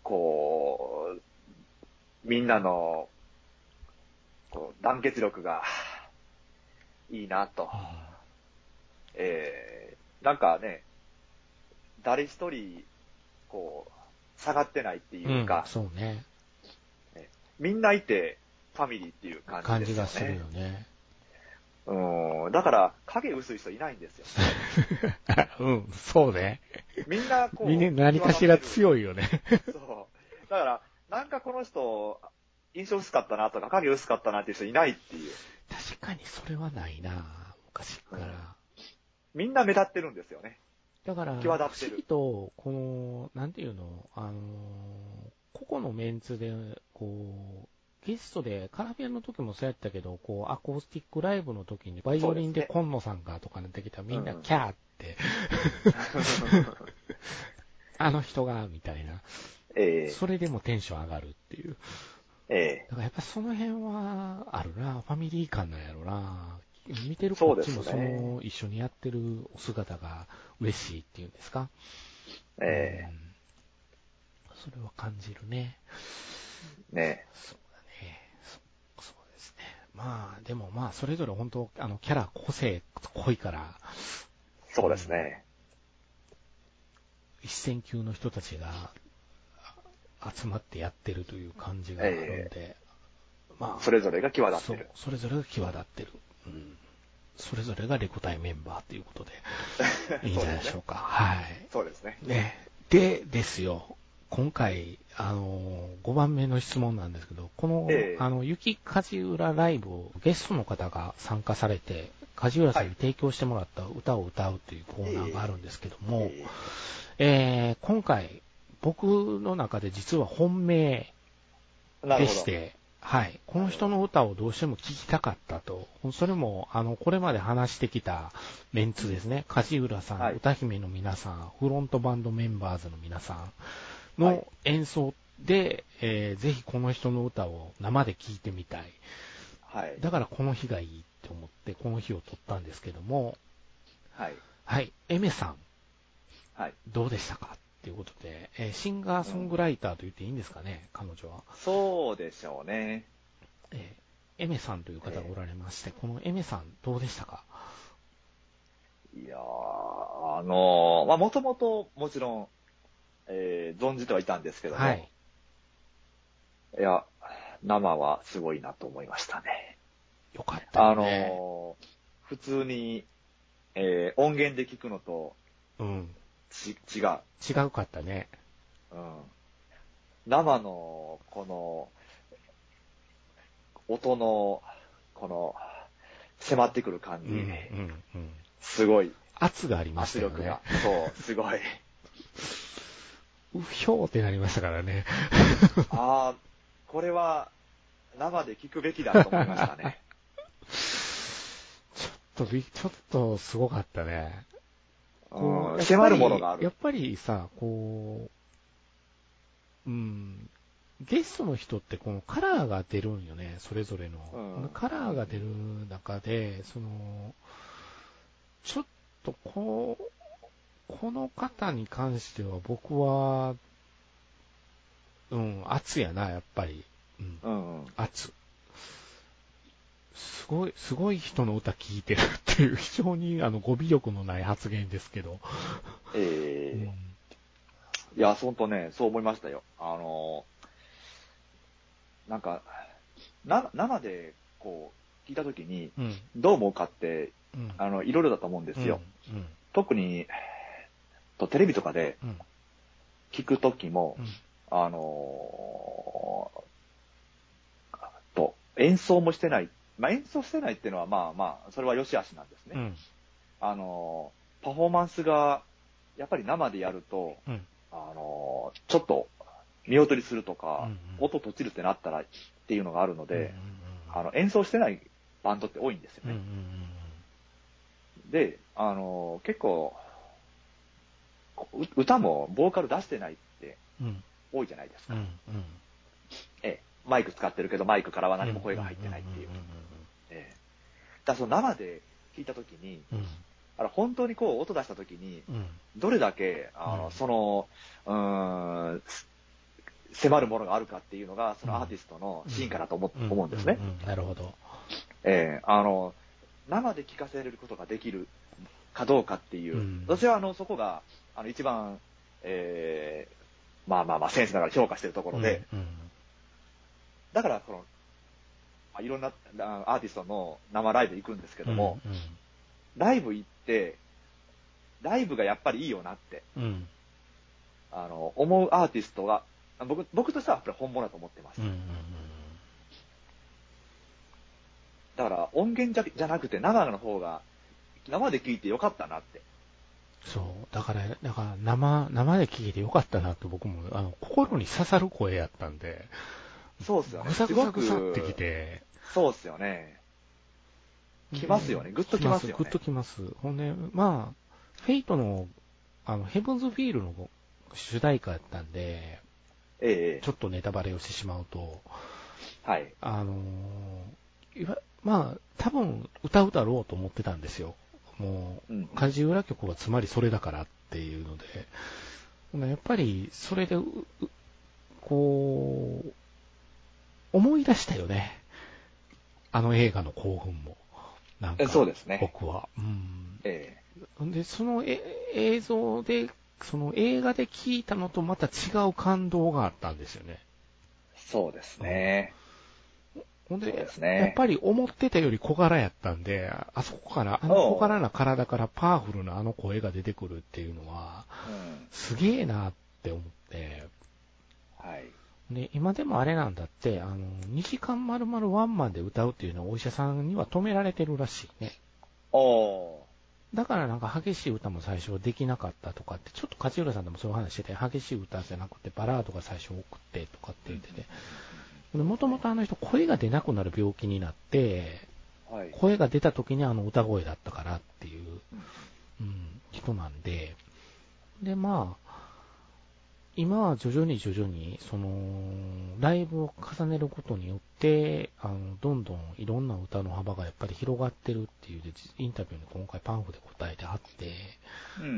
こう、みんなの、こう、団結力が、いいなと。あえー、なんかね、誰一人、こう、下がってないってあいうか、そうね。みんないて、ファミリーっていう感感じでじすよがね。するよ ね。うん、だから、影薄い人いないんです よ。うん、そうね。みんな、こう。みんな何かしらい。強いよね。そう。だから、なんかこの人、印象薄かったなとか、影薄かったなっていう人いないっていう。確かにそれはないな昔から。みんな目立ってるんですよね。だから、不際思立ってる議と、この、なんていうの、あのー、個々のメンツで、こう、ゲストで、カラビアの時もそうやったけど、こう、アコースティックライブの時に、バイオリンでそうですね今野さんがとか出てきたら、みんなうんキャーって、あの人が、みたいな。ええそれでもテンション上がるっていう。ええだからやっぱその辺は、あるな、ファミリー感なんやろな。見てるそこうでっすちねもその、一緒にやってるお姿が嬉しいっていうんですか。えうんそれは感じるね。えねそうだね。そそうですね。まあ、でもまあ、それぞれ本当、あの、キャラ、個性濃いから、そうですね。一線級の人たちがあ集まってやってるという感じがあるんで、まあ、それぞれが際立そっうてる。それぞれが際立ってる。うんそれぞれがレコ大メンバーという ことで、いいんじゃないでしょうか。はい。そうですね。ね、で、ですよ、今回、あのー、5番目の質問なんですけど、この、ええあの、雪梶浦ライブをゲストの方が参加されて、梶浦さんに提供してもらった歌を歌うというコーナーがあるんですけども、えええー今回、僕の中で実は本命なるでほしど。て、はい、この人の歌をどうしても聴きたかったと、それも、あの、これまで話してきたメンツですね、梶浦さん、はい歌姫の皆さん、フロントバンドメンバーズの皆さんはいの演奏で、えーぜひこの人の歌を生で聴いてみたい。はい。だからこの日がいいって思って、この日を撮ったんですけども、はい。はい、エメさん、はい。どうでしたかっていうことで、えーシンガーソングライターと言っていいんですかね、彼女は。そうでしょうね。えーエメさんという方がおられまして、このエメさん、どうでしたかいやー、あのーまあ、もともと、もちろん、えー、存じてはいたんですけども、はいい。や、生はすごいなと思いましたね。よかったあよのーね。普通に、えー音源で聞くのと、うん。ち、違う。違うかったね。うん。生の、この、音の、この、迫ってくるう感ん、うじ。ん、うん。すごい。圧がありまし圧たよ力ねが。。そう、す ごい。うひょーってなりましたからね。ああ、これは生で聞くべきだと思いまし たね。ちょっとび、ちょっとすごかったね。こううん迫るものがあやるっ。ぱりさ、こう、うん、ゲストの人ってこのカラーが出るんよね、それぞれの。うんカラーが出る中で、その、ちょっとこう、この方に関しては僕は、うん、熱やな、やっぱり。うん、うんうん。圧。すごい、すごい人の歌聴いてるっていう、非常にあの語尾力のない発言ですけど。ええうんいや、ほんとね、そう思いましたよ。あのーなんか、な生で、こう、聞いたときに、うん。どう思うかって、うん。あの、いろいろだと思うんですよ。うん。特に、とテレビとかでうん。聞くときもう、ん。あのーと、演奏もしてない。まあ、演奏してないっていうのは、まあまあ、それは良し悪しなんですね。うん。あのーパフォーマンスが、やっぱり生でやると、うんあのーちょっと、見劣りするとか、うん音閉じるってなったらっていうのがあるので、うんあの、演奏してないバンドって多いんですようん。うん。ね。で、あのー結構、こう歌もボーカル出してないってうん。うん。多いじゃないですうか。ん。うん。ええ、マイク使ってるけど、マイクからは何も声が入ってないっていう。ええ、だからその生で聞いたときに、うん。あの本当にこう音出したときに、うん。どれだけ、あのうんその、うーん、す迫るものがあるかっていうのが、そのアーティストの進化だと思,、う。うん思うんですね。う。うなるほど。ええあの、生で聞かせることができるかどうかっていう、うん私はあのそこが、あの一番、ええまあまあまあ、センスだから評価してるところで、うん。だから、この、まあいろんなあアーティストの生ライブ行くんですけうどん。も、うライブ行って、ライブがやっぱりいいよなって、ん。うん。あの、思うアーティストが、僕、僕としてはやっぱり本物だと思ってます。うん。だから、音源じゃじゃなくて生の方が、生で聴いてよかったなって。そう。だから、だから生、生で聞いてよかったなと僕も、あの、心に刺さる声やったんで、そうっすよね。ぐさぐさぐさってきすて、ごくそうっすよね。来ますよね。ぐっときますよグねッ。ときます。ほんで、まあ、フェイトの、あの、ヘブンズフィールの主題歌やったんで、ええちょっとネタバレをしてしまうと、はい。あのーいわまあ、多分歌うだろうと思ってたんですよ。もうんう、。梶浦曲はつまりそれだからっていうので、ほなやっぱりそれでう、うこう、思い出したよね。あの映画の興奮も。なんかえそうですね。僕は。うん。えで、そのえ映像で、その映画で聞いたのとまた違う感動があったんですよね。えそうですね。ほんで、そうですやっね。ぱり思ってたより小柄やったんで、あそこから、あのおう小柄な体からパワフルなあの声が出てくるっていうのは、うん。すげえなって思って、はい。で、今でもあれなんだって、あの、2時間丸々ワンマンで歌うっていうのはお医者さんには止められてるらしいね。おー。だからなんか激しい歌も最初できなかったとかって、ちょっと勝浦さんでもそういう話してて、激しい歌じゃなくてバラードが最初多くてとかって言ってて、もともとあの人声が出なくなる病気になって、はい。声が出た時にあの歌声だったからっていう、うんうん、人なんで、で、まあ、今は徐々に徐々に、その、ライブを重ねることによって、あの、どんどんいろんな歌の幅がやっぱり広がってるっていうで、インタビューに今回パンフで答えてあって、ううん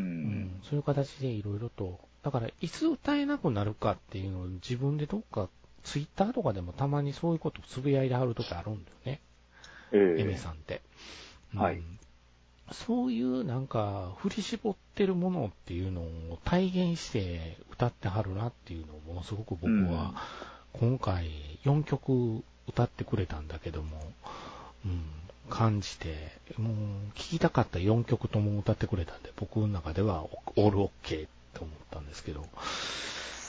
ん。そういう形でいろいろと、だから、いつ歌えなくなるかっていうのを自分でどっか、ツイッターとかでもたまにそういうことつぶやいてはるときあるんだよね。ええエメさんって。はいうんそういうなんか、振り絞ってるものっていうのを体現して歌ってはるなっていうのをものすごく僕は、今回4曲歌ってくれたんだけども、うん、感じて、もう聴きたかった4曲とも歌ってくれたんで、僕の中ではオオールオッケーと思ったんですけど、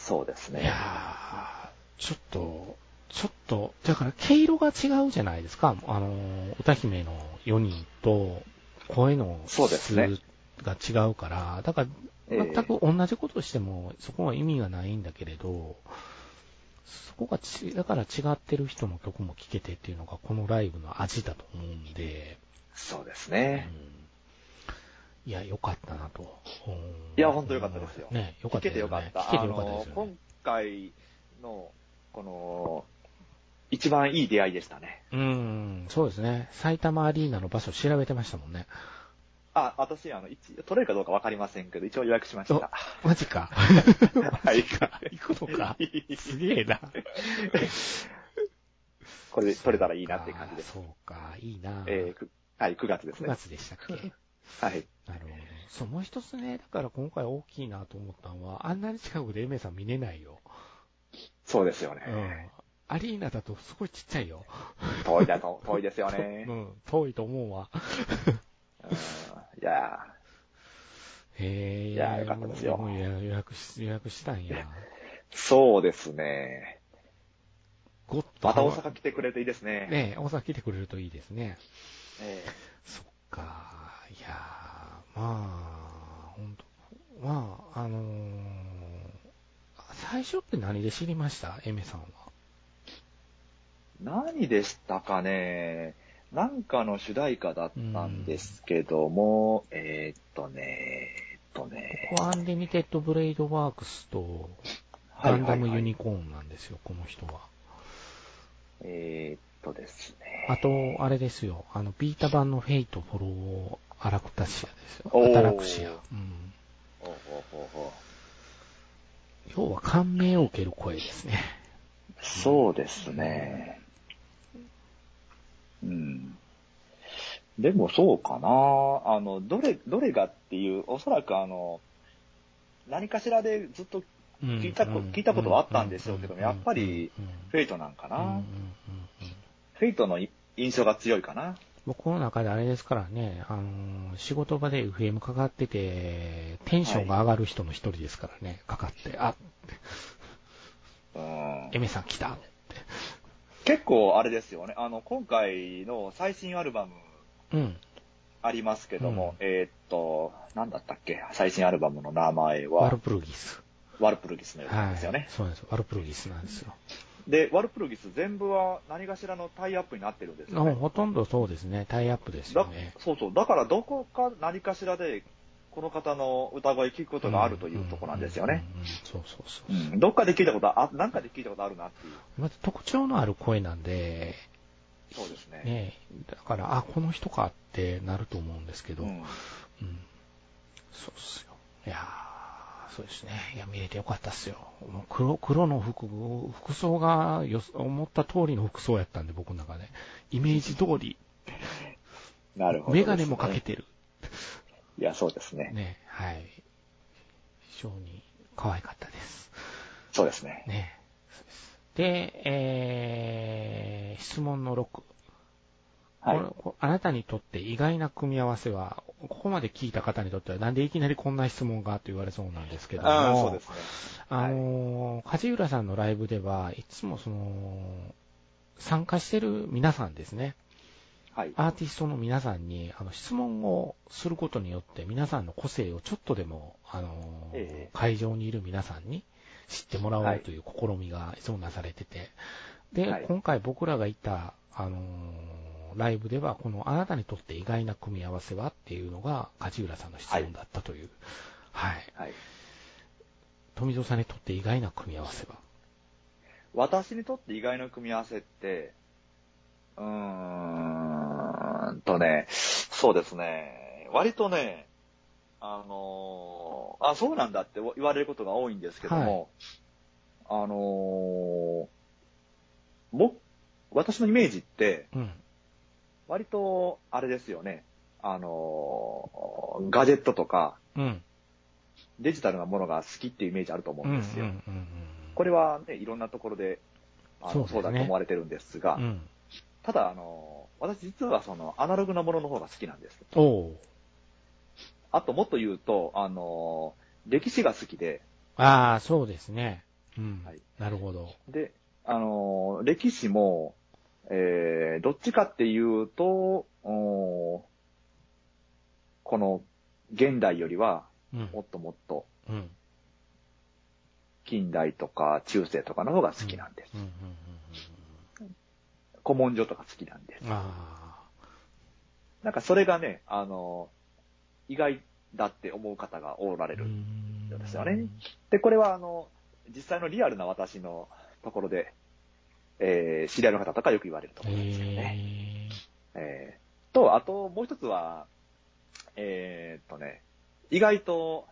そうですいやね。ー、ちょっと、ちょっと、だから毛色が違うじゃないですか、あのー、歌姫の4人と声のそうですね質が違うから、だからええ全く同じことしてもそこは意味がないんだけれど、そこがち、だから違ってる人の曲も聴けてっていうのがこのライブの味だと思うんで、そうですうんね。、いや、良かったなと。うんいや本当良かったですよね、良か聞ったでけすてよよかねっ。聴た。けあて良かったでのす、よね今。回の、この、一番いい出会いでしたね。うん、そうですね。埼玉アリーナの場所調べてましたもんね。あ、私、あの、一取れるかどうかわかりませんけど、一応予約しました。 マジか。はい。 行くのか。すげえな。これで取れたらいいなっていう感じです。そうか、いいな。えーくはい、9月で9すね。月でしたっ けはい。なるほど。そう、もう一つね、だから今回大きいなと思ったのは、あんなに近くで梅さん見れないよ。そうですよね。うん。アリーナだとすごいちっちゃいよ。遠いだと、遠いですよ ねう。ん、遠いと思うわ。うんいやへえ。いやよかったですよもうもう予約し、予約したん や。ーそうですね。ごっと。また大阪来てくれていいですね。ねえ、大阪来てくれるといいですね。えそっか、いやーまあ、本当まあ、あのー最初って何で知りましたエメさんは。ー何でしたかね。なんかの主題歌だったんですけども、えーっとね、えーっとねこ、こアンリミテッドブレイドワークスと、はいガはいンはダいムユニコーンなんですよ、この人は。えーっとですね。あと、あれですよ、あの、ビータ版のフェイトフォローアラクタシアですよ。おーアタラクシア。うん。ほうほうほうほ要は感銘を受ける声ですね。うそうですね。うん。でもそうかな。あの、どれ、どれがっていう、おそらくあの、何かしらでずっと聞聞いたこ聞いたことはあったんでしょうけどもやっぱり、うんうんうんフェイトなんかな。うんうんうんうんフェイトのい印象が強いかな。僕の中であれですからね、あのー仕事場で FM かかってて、テンションが上がる人の一人ですからね、かかって、あ、うんエメさん来た。結構あれですよね。あの、今回の最新アルバムうん。ありますけども、うえーっと、なんだったっけ最新アルバムの名前ワはル、プルギス。ワルプルギスのようは。ないんですよね。そうなんですよ。ワルプルギスなんですよ。で、ワルプルギス全部は何かしらのタイアップになってるんですよもうね。ほとんどそうですね、タイアップですだよね。そうそう。だからどこか何かしらで、この方の歌声聞くことがあるというところなんですよね。うん。うんうんそうそうそう。うんどっかで聞いたことあ、なんかで聞いたことあるなっていう。まず特徴のある声なんで、そうですね。ね、だから、あ、この人かってなると思うんですけど、うんうん。そうっすよ。いやーそうですね。いや、見れてよかったっすよ。もう黒、黒の服、服装がよ思った通りの服装やったんで、僕の中で。イメージ通り、なるほどですね、メガネもかけてる。いや、そうですね。ね、はい。非常に可愛かったです。そうですね。ね。で、えー、質問の6。はいこ。れこあなたにとって意外な組み合わせは、ここまで聞いた方にとっては、なんでいきなりこんな質問がと言われそうなんですけども、ああ、そうですね。あのー梶浦さんのライブでは、いつもその、参加してる皆さんですね、はい。アーティストの皆さんに、あの、質問をすることによって、皆さんの個性をちょっとでも、あのーええ会場にいる皆さんに知ってもらおはういという試みがいつもなされてて、で、はい今回僕らがいた、あのーライブでは、このあなたにとって意外な組み合わせはっていうのが、梶浦さんの質問だったという、はい。はい。富蔵さんにとって意外な組み合わせは私にとって意外な組み合わせって、うーんとね、そうですね。割とね、あのーあ、そうなんだって言われることが多いんですけども、あのー僕、私のイメージって、うん。割と、あれですよね。あのーガジェットとか、うん。デジタルなものが好きっていうイメージあると思うううんんんうんですうよ。んこれはね、いろんなところで、あそのそううですねだと思われてるんですが、うん。ただ、あの、私実はその、アナログなものの方が好きなんです。おおあともっと言うと、あの、歴史が好きで、う。ああ、そうですね。うん。はいなるほど。で、あの、歴史も、ええーどっちかっていうと、おーこの現代よりは、うんもっともっとうん。近代とか中世とかの方が好きなんです。うんうん古文書とか好きなんですうんうん。。あなんかそれがね、あの、意外だって思う方がおらあ。れる。んですよね。で、これはあの、実際のリアルな私のところで、えー、知り合いの方とかよく言われるところなんですけどね。ええーと、あともう一つは、えーっとね、意外と、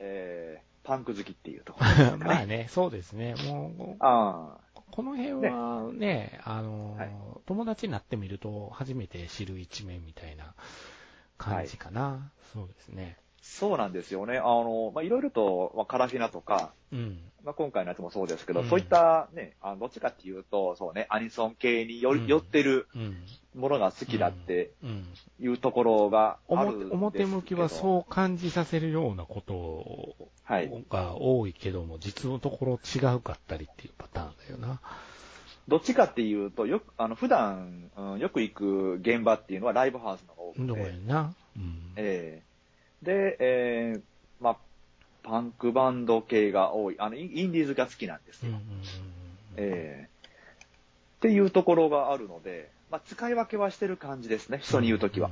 えー、パンク好きっていうと ころですかーまあね。ね、そうですね。もあう、この辺はね、あの、はい友達になってみると、初めて知る一面みたいな感じかな。そうですね。そうなんですよね。あの、まあ、いろいろと、まあ、カラフィナとか、うん。まあ、今回のやつもそうですけど、うんそういったね、あのどっちかっていうと、そうね、アニソン系により、うん寄ってるうん。ものが好きだってうん。いうところがあるんですけ表ど表向きはそう感じさせるようなことはい。が多いけども、実のところ違うかったりっていうパターンだよな。どっちかっていうと、よく、あの、普段、うん、よく行く現場っていうのはライブハウスの方がど多こくやて、んな。うん。ええで、ええまあ、パンクバンド系が多い。あの、インインディーズが好きなんですうよ。んうんうんええっていうところがあるので、まあ、使い分けはしてる感じですね、人に言うときは。。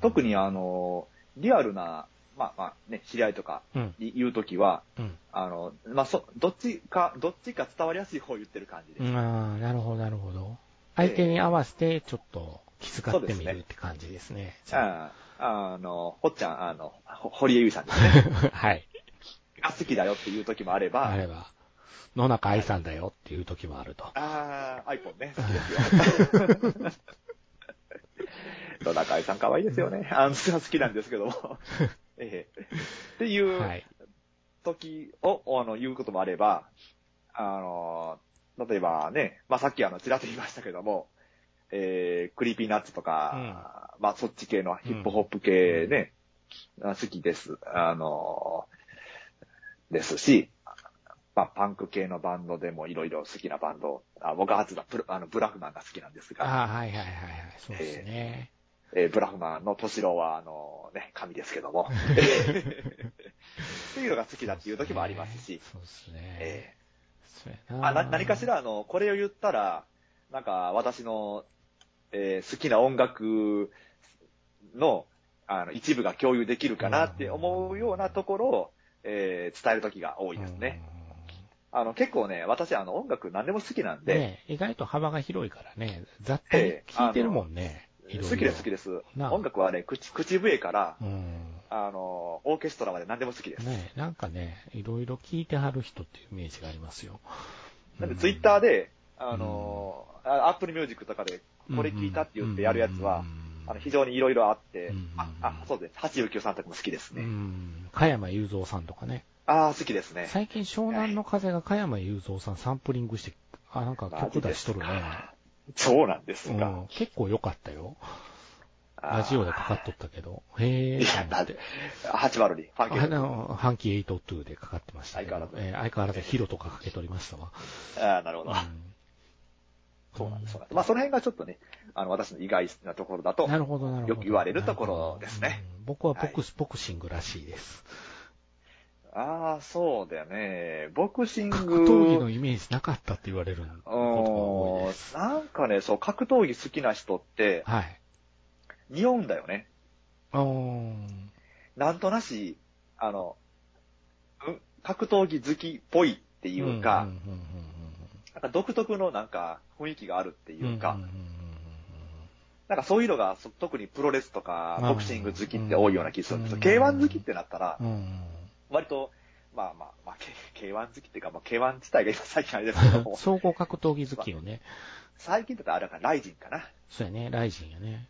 特にあの、リアルな、まあまあね、知り合いとかうん、に言うときは、うん。あの、まあそ、どっちか、どっちか伝わりやすい方を言ってる感じです。うん。ああ、なるほど、なるほど。相手に合わせて、ちょっと気遣ってみそうでするねって感じですね。あああの、ほっちゃん、あの、ほ堀江優衣さんです ね。はい。あ、好きだよっていう時もあれば、あれば、野中愛さんだよっていう時もあると。ああ、アイコンね、好きですよ。 野中愛さん可愛いですよね。あの、好きなんですけ ども。ええってはいうい。時を、あの、言うこともあれば、あの、例えばね、まあ、さっきあの、ちらっと言いましたけども、えー、クリーピーナッツとか、まあ、そっち系のヒップホップ系ね、あ好きです。あの、ですし、まあ、パンク系のバンドでもいろいろ好きなバンド、あ僕は初だブラあのブラフマンが好きなんですが、ああ、はいはいはいはい。そうですね。えーブラフマンの敏郎は、あのね、神ですけ ども、っていうのが好きだっていう時もありますし、そうですね。えそうやーなあな何かしら、あの、これを言ったら、なんか私の、えー好きな音楽のあの一部が共有できるかなって思うようなところを、えー伝える時が多いですね。あの結構ね、私あの音楽何でも好きなんうん。で、ね意外と幅が広いからね、雑多に聞いてるもんね。いろいろ好きです、好きです。なあ音楽はね、口、口笛から、うん。あの、オーケストラまで何でも好きです。ねなんかね、いろいろ聞いてはる人っていうイメージがありますよ。なんで、ツイッターで、あの、アップルミュージックとかで、これ聞いたって言ってやるやつは、あの、非常にいろいろあってうん、あ、あ、そうです。橋幸夫さんとかも好きですにうね。ん。加山雄三さんとかね。ああ、好きですね。最近湘南の風が加山雄三さんサンプリングして、あ、なんか曲出しとるね。そうなんですうかん。、結構良かったよ。あーラジオでかかっとったけど。へえ。いや、とだ思っってて、802、ファンケあーキの、半期82でかかってましたけど。相変わらずえー相変わらずヒロとかかけとりましたわ。ああ、なるほど。うんそうなんです。そうなんですまあ、その辺がちょっとね、あの、私の意外なところだとな、るほど、なるほど。よく言われるところですねうん。僕はボクス、ボクシングらしいです。ああ、そうだよね。ボクシング。格闘技のイメージなかったって言われることが多いですう。んなんかね、そう、格闘技好きな人って、はい。匂うんだよね。うーん。なんとなし、あの、うん格闘技好きっぽいっていうか、んんんなんか独特のなんか雰囲気があるってんんいうか、んんんなんかそういうのがそ特にプロレスとかうんボクシング好きって多いような気がするんですよ。うん K1 好きってなったらう、んうん割と、まあまあ、まあ、K- K1 好きっていうか、まあ、K1 自体が今最近あれですけどうん。 も、総合格闘技好きよね。最近だとあれか、ライジンかな。そうやね、ライジンやね。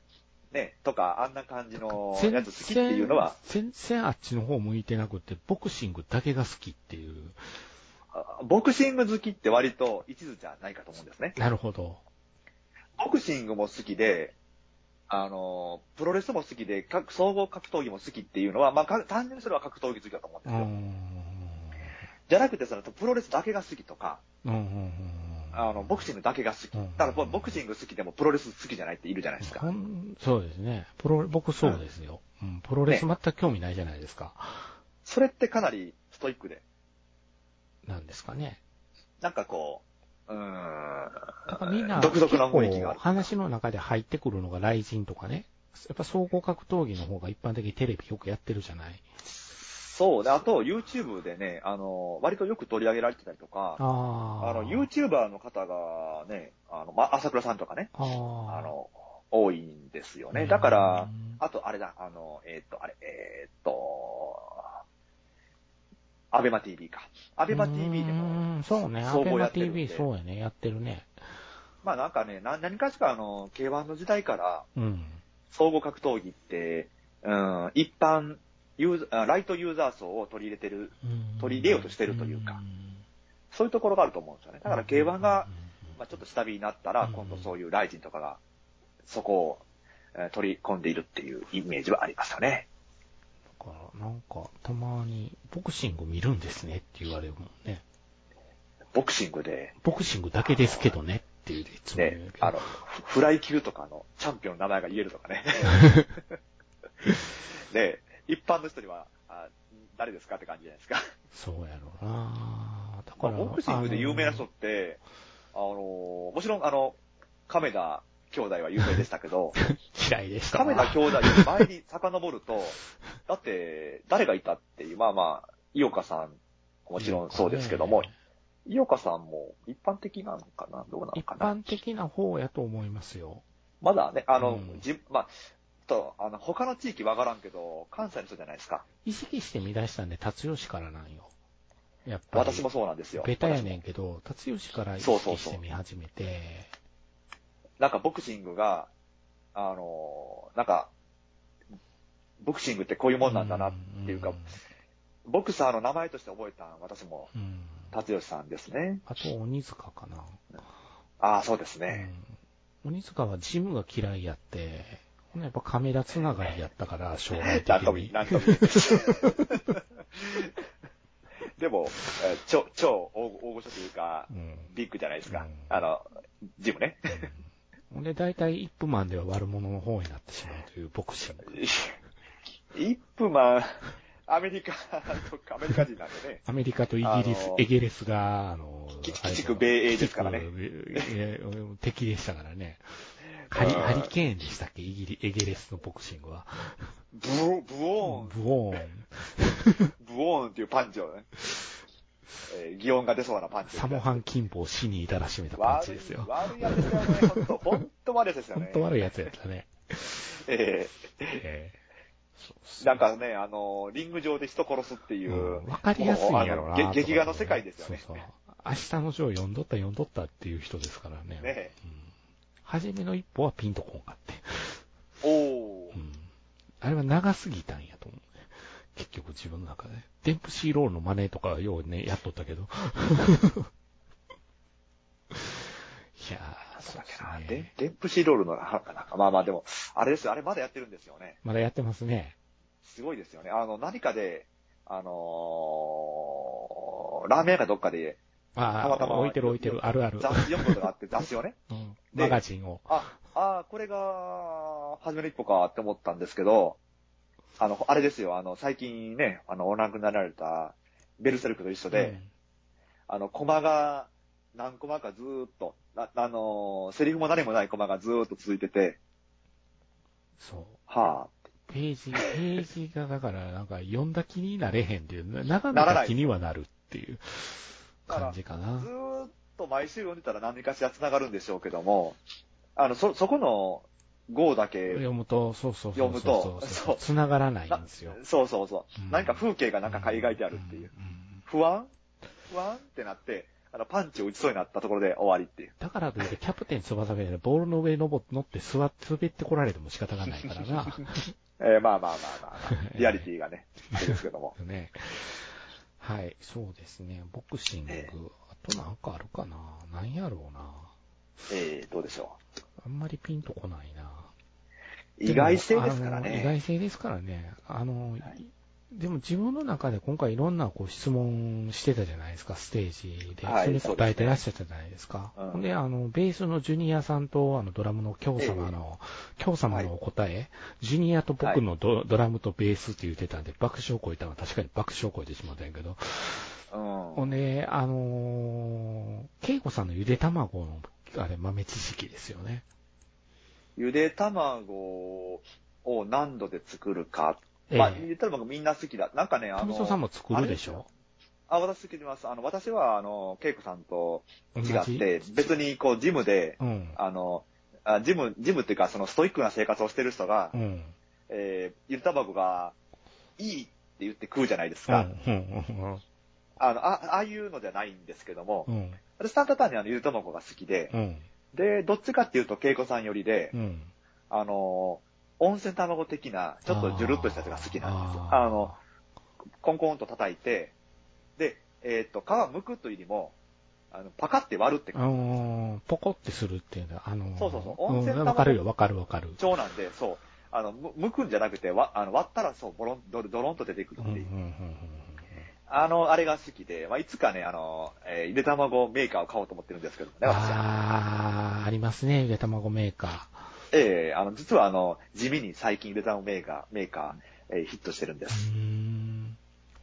ね、とか、あんな感じの全やつ好きっていうのは、全然あっちの方向いてなくて、ボクシングだけが好きっていう。あボクシング好きって割と一途じゃないかと思うんですね。なるほど。ボクシングも好きで、あの、プロレスも好きで、各総合格闘技も好きっていうのは、まあ、か単純にそれは格闘技好きだと思ううーんですよ。ん。じゃなくて、そのプロレスだけが好きとか、うんうんうんうんあの、ボクシングだけが好うき。だんからボボクシング好きでもプロレス好きじゃないっているじゃないですか。ほんそうですね。プロ、僕そうですよ。うん、プロレス全く興味ないじゃないですか。それってかなりストイックで。なんですかね。なんかこう、うーんだからみんな、独特な雰囲気があ結構る。話の中で入ってくるのが雷神とかね。やっぱ総合格闘技の方が一般的にテレビよくやってるじゃない。そう。で、あと YouTube でね、あの、割とよく取り上げられてたりとか、ああ。あの、YouTuber の方がね、あの、ま、朝倉さんとかね、ああーの、多いんですよね。だから、うんあとあれだ、あの、えーっと、あれ、えーっと、アベマ TV か。アベマ TV でうも、んそうね、ア総ベ合やマってるんで TV、そうやね、やってるね。まあなんかね、な何かしかあの、K1 の時代から、うん。総合格闘技って、うん、一般ユーザーあ、ライトユーザー層を取り入れてる、うん取り入れようとしてるというかそういうところがあると思うんですよね。だから K1 が、まあ、ちょっと下火になったらう、ん今度そういうライジンとかが、そこをえー取り込んでいるっていうイメージはありましたね。だから、なんか、たまに、ボクシング見るんですねって言われるもんね。ボクシングで、ボクシングだけですけどねっていうで、いつも言うねけ、どあの、フフライ級とかのチャンピオンの名前が言えるとかね。ね、一般の人には、あ誰ですかって感じじゃないですか。そうやろうなだかまあら、ボクシングで有名な人って、あのもちろん、あの、亀田兄弟は有名でした けど、嫌いでしたわ。亀田兄弟より前に遡ると、だって、誰がいたっていう、まあまあ、井岡さん、もちろんそうですけども、井岡さんも一般的なのかなどうなの一かな般的な方やと思いますよ。まだね、あの、うんじまあ、と、あの、他の地域わからんけど、関西の人じゃないですか。意識して見出したんで、達吉からなんよ。やっぱり。私もそうなんですよ。ベタやねんけど、達吉から意そうそう識そしうて見始めて、なんかボクシングが、あのーなんか、ボクシングってこういうもんなんだなっていうか、ボクサーの名前として覚えたん私も、うん、うん達吉さんですね。あと、鬼塚かな。ああ、そうですね。うん鬼塚はジムが嫌いやって、ほんなやっぱ亀田つながりやった から、将来的なんともに。なんとも でも、えー超、超大大御所というかう、んビッグじゃないですか。うんあの、ジムね。ほんで、大体、イップマンでは悪者の方になってしまうというボクシング。イップマン、アメリカとか、アメリカ人なんでね。アメリカとイギリスあの、エゲレスが、あの、きあれ鬼畜米英ですからね鬼畜ええ敵でしたからね。ハリ、うんハリケーンでしたっけイギリ、エゲレスのボクシングは。ブオ、ブオーン、ブオーン、ブオーンっていうパン チをね、えー、擬音が出そうなパンチ。サモハン金棒を死に至らしめたパンチですよ。悪い、悪いやつですよね。ほんと、ほんと悪いやつですよ本ね。当悪いやつやったね。えええー なんかね、あの、リング上で人殺すっていうう。んわかりやすいんやろうなともうあかのね。げ劇画の世界ですよね。そうそう。明日のジョー読んどった読んどったっていう人ですからね。ねうん初めの一歩はピンとこんかって。おおう。ん。あれは長すぎたんやと思う。結局自分の中で。デンプシーロールの真似とかはようね、やっとった けど。いやー、そうですあでね。デンプシーロールの、なんかまあまあでも、あれですよ、あれまだやってるんですよね。まだやってますね。すごいですよね。あの、何かで、あのーラーメン屋かどっかで、ああ、たまたま置いてる置いてる、あるある。雑誌読むことがあって、雑誌をね。うんでマガジンを。あ、あーこれが、初めの一歩かって思ったんですけど、あの、あれですよ、あの、最近ね、あの、お亡くなりになられた、ベルセルクと一緒で、うんあの、コマが、何コマかずーっと、なあのーセリフも何もないコマがずーっと続いてて、そう。はページ、ページがだから、なんか読んだ気になれへんっていう、な長めならたない気にはなるっていう感じかあ、なず。ーっと毎週読んでたら何かしら繋がるんでしょうけども、あの、そ、そこの号だけ、読むと、そうそうそう読むとそうそう繋がらないんですよ。そうそうそうう、ん何か風景がなんか描いてあるっていう。ん。ん不安不安ってなって、あの、パンチを打ちそうになったところで終わりっていう。だからといって、キャプテン翼みたいなボールの上に登って乗って座って滑ってこられても仕方がないから な。えーまあまあまあ まあ、まあ、リアリティがね、あれですけども。 ね。はい、そうですね。ボクシングええ。あとなんかあるかななんやろうな。えー、どうでしょあんまりピンとこないな。う。意外性ですからもあの意ね。外性ですからね。あの、でも自分の中で今回いろんなこう質問してたじゃないですか、ステージで。はいそれに答えてらっしゃったじゃないですか。そうですねうんほんで、あの、ベースのジュニアさんと、あの、ドラムの京様の、京様のお答え、ジュニアと僕のド,、ドラムとベースって言ってたんで、爆笑を超えたのは確かに爆笑を超えてしまったんやけど、うん。ほんで、あのー、恵子さんのゆで卵の、あれ、豆知識ですよね。ゆで卵を何度で作るか。えまあ、えゆで卵みんな好きだ。なんかね、あ富の、蔵さんも作るでしょあ、私好きでます。あの、私は、あの、ケイコさんと同違っじ。て、別にこう、ジムで、うん。あの、あジム、ジムっていうか、そのストイックな生活をしてる人が、うん。えー、ゆで卵が、いいって言って食うじゃないですうん。うか。ん。うんあの、あ、ああいうのじゃないんですけども、うん。私ただ単にあの、ゆで卵が好きで、うん。で、どっちかっていうと、ケイコさんよりで、うん。あの、温泉卵的な、ちょっとジュルっとしたやつが好きなんですよ。あーあの、コンコンと叩いて、で、えっ、と、皮むくというよりも、あの、パカって割るってうーん、ポコってするっていうのは、あのー、そうそうそう温泉ん卵わかるよ、わかるわかる。調なんで、そう。あの、むむくんじゃなくて、わあの割ったらそう、ボロン、ドロドロンと出てくるうっんうんてういんうう。んうんあの、あれが好きで、まあ、いつかね、あの、えーゆで卵メーカーを買おうと思ってるんですけどもね、私あは。ー、ありますね、ゆで卵メーカええあの、実はあの、地味に最近ゆで卵メーカー、メーカー、えーヒットしてるんでー。うす。ーん。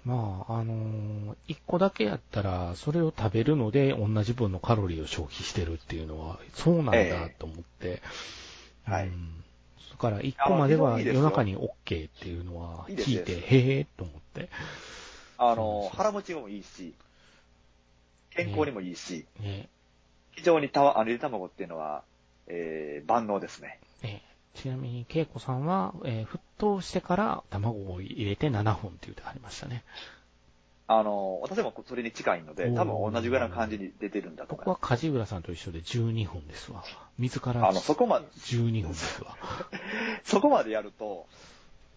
まあ、あのー、一個だけやったら、それを食べるので、同じ分のカロリーを消費してるっていうのは、そうなんだと思って。えはいうんだから、一個までは夜中に OK っていうのは聞いいいですて、よへえと思って。そあうでの、す腹持ちもいいし、健康にもいいし、ね。非常にたわ、あの、ゆで卵っていうのは、えー万能ですね。ねちなみに、恵子さんは、えー沸騰してから卵を入れて7分って言ってありましたね。あの、私もそれに近いので、おー多分同じぐらいの感じに出てるんだと僕思いは梶浦さんと一緒で12分ですわ。自らます。あの、そこまで、 12分です わ。そこまでやると、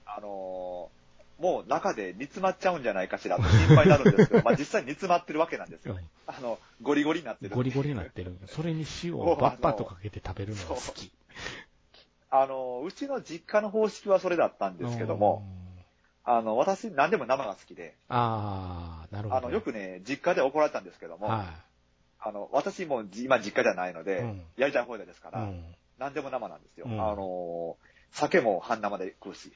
あのーもう中で煮詰まっちゃうんじゃないかしらって心配になるんですけど、 まあ実際煮詰まってるわけなんですよ。あの、ゴリゴリになってる。ゴリゴリになって る。それに塩をバッバッとかけて食べるのが好き。あのーうちの実家の方式はそれだったんですけども、うん。あの、私何でも生が好きで、あー、なるほあど。の、よくね、実家で怒られたんですけども、はあの、私もう今実家じゃないので、うんやりたい放題ですかい。うら、ん。何でも生なんですよ。うんあのー酒も半生で食 うし。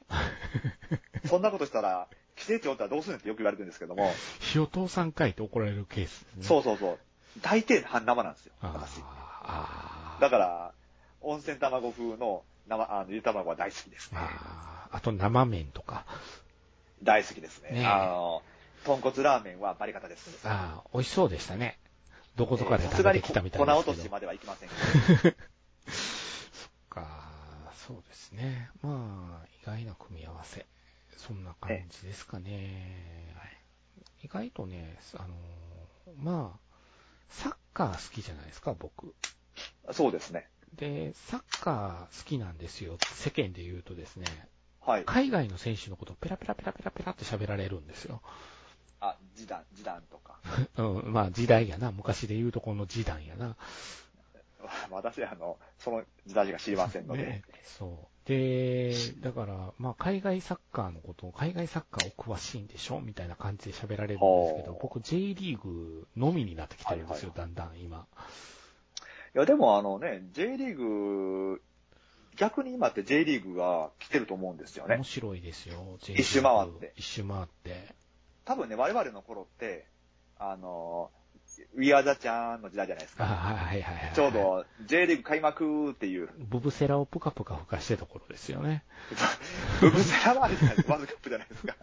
そんなことしたら、寄生虫おったらどうするんってよく言われてるんですけども、火を通さんかいって怒られるケースですね。。そううそうそう。大抵半生なんですよ、あ私ー。あー。だから、温泉卵風の生、あの、ゆで卵は大好きですね。あーあと生麺とか。大好きですね。ねえあの、豚骨ラーメンはバリ方です。ああ、美味しそうでしたね。どこどこでえーさ食すがべてにき粉たみたいですけど。落としまではいきませんけど。か、そうですね。まあ、意外な組み合わせ。そんな感じですかね。意外とね、あの、まあ、サッカー好きじゃないですか、僕。そうですね。で、サッカー好きなんですよ。世間で言うとですね、はい。海外の選手のことをペラペラペラペラペラって喋られるんですよ。あ、時短、時短とか。 うん、まあ時代やな。昔で言うとこの時代やな。私、あの、その時代が知りませんので。ね、そう。で、だから、まあ、海外サッカーのことを、海外サッカーを詳しいんでしょみたいな感じで喋られるんですけどほ、う僕、J リーグのみになってきてるんですよ、はだんだん今。いや、でもあのね、J リーグ、逆に今って J リーグが来てると思うんですよね面。白いですよ、J 一周回って。一周回って。多分ね、我々の頃って、あの、We Are the ちゃんの時代じゃないですあか。はいはいはいはい。ちょう。ど J リーグ開幕っていう、ブブセラをぷかぷかふかしてた頃ですよね。ブブセラはあれじゃないですか、ワールドカップじゃな いですか。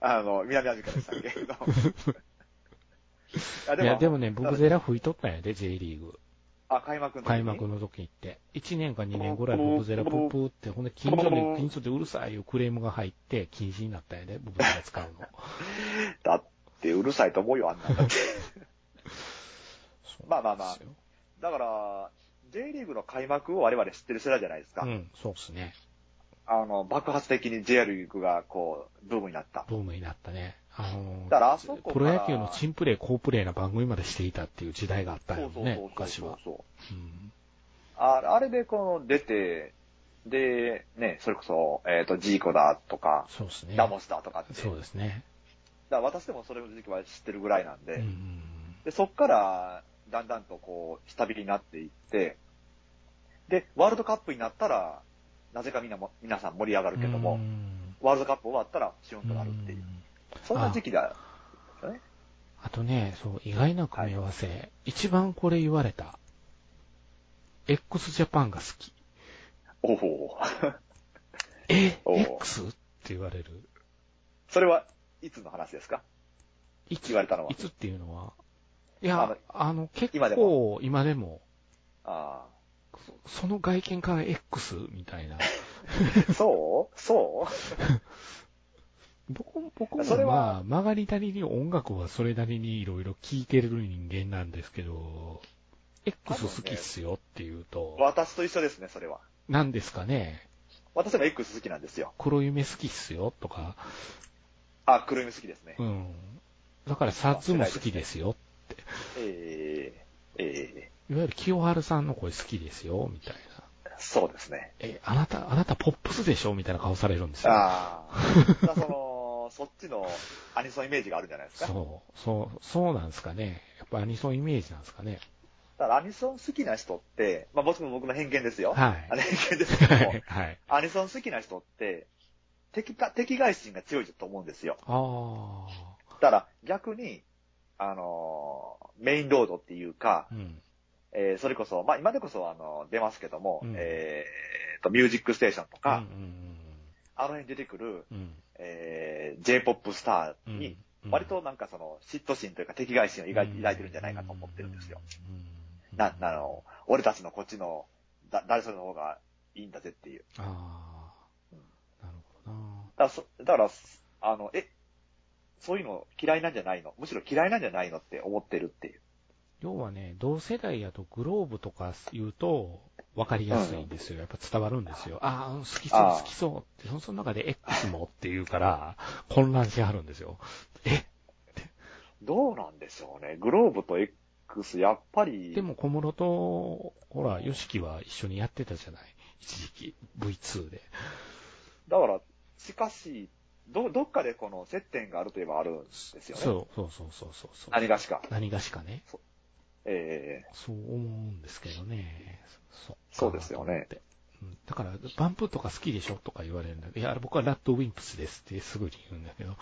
あの、南アフリカでしたっけど。あいや、でもね、ブブゼラ吹いとったんやで、J リーグ。あ、開幕の時に開幕の時って。1年か2年ぐらいブブゼラプープーって、ほんで近所に、近所でうるさいいうクレームが入って禁止になったんやで、ブブゼラ使うの。だってうるさいと思うよ、あんな んだって。そうまあまあまあなんですよだから、J リーグの開幕を我々知ってる世代じゃないですか。うん、そうですね。あの、爆発的に J リーグが、こう、ブームになった。ブームになったね。あのーだからあそこプかロら野球のチンプレー、好プレーな番組までしていたっていう時代があったよね、昔は。そう。うんああれで、この、出て、で、ね、それこそ、えっ、と、ジーコだとか、そうですね。ダモスだとかって、そうですね。だから私でもそれの時期は知ってるぐらいなんで、うんうんで、そっから、だんだんとこう、下火になっていって、で、ワールドカップになったら、なぜかみんなも、皆さん盛り上がうるん。けども、うんワールドカップ終わったら、シュンとなるっていう。んそんな時期だ。あとね、そう、意外な組み合わせ。一番これ言われた。x ジャパンが好き。おお。えおう ?X? って言われる。それはいつの話ですかいつ言われたのはいつっていうのは。いあやの、あの、結今で構、今でも、あその外見から X? みたい な。あ。そうそう僕も、僕もそれはまあ、曲がりなりに音楽はそれなりにいろいろ聴いてる人間なんですけど、X 好きっすよっていうと、私と一緒ですね、それは。何ですかね、私も X 好きなんですよ。黒夢好きっすよとか、あ、黒夢好きですね。うん。だからサッズも好きですよ。えええいわゆる清春さんの声好きですよ、みたいな。えそうですね。え、あなた、あなたポップスでしょみたいな顔されるんですよ。ああ。だからその、 そっちのアニソンイメージがあるんじゃないですか。そう、そう、そうなんですかね。やっぱアニソンイメージなんですかね。だからアニソン好きな人って、まあ僕も僕の偏見ですよ。はあい。の偏見ですけども、 はい。アニソン好きな人って、敵か、敵外心が強いと思うんですよ。ああだから逆に、あのーメインロードっていうか、ー。うん。えーそれこそ、まあ今でこそあの、出ますけども、うんえーと、ミュージックステーションとか、うんあの辺に出てくる、うんうんうん。えー J-POP スタうーんに、割となんかその、嫉妬心というか敵外心を抱い抱いてるんじゃないかと思ってるんですよ。。うんうんうんな、なの、俺たちのこっちの、だ、誰それの方がいいんだぜっていう。ああ。なるほどな。だからそ、だから、あの、え、そういうの嫌いなんじゃないのむしろ嫌いなんじゃないのって思ってるっていう。要はね、同世代やとグローブとか言うと、分かりやすいんですよ。やっぱ伝わるんですよ。ああ、好きそう、あー好きそうって。その中で X もって言うから、混乱しはるんですよ。え、どうなんでしょうね。グローブと X、やっぱり、でも小室と、ほら、ヨシキは一緒にやってたじゃない。一時期、V2 で。だから、しかし、ど、どっかでこの接点があるといえばあるんですよね。そう、そうそうそうそうそう。何がしか。何がしかね。えそう思うんですけどね。そそうですよね。そっかうんだから、バンプとか好きでしょとか言われるんだけど、いや、あれ僕はラッドウィンプスですってすぐに言うんだけど、ー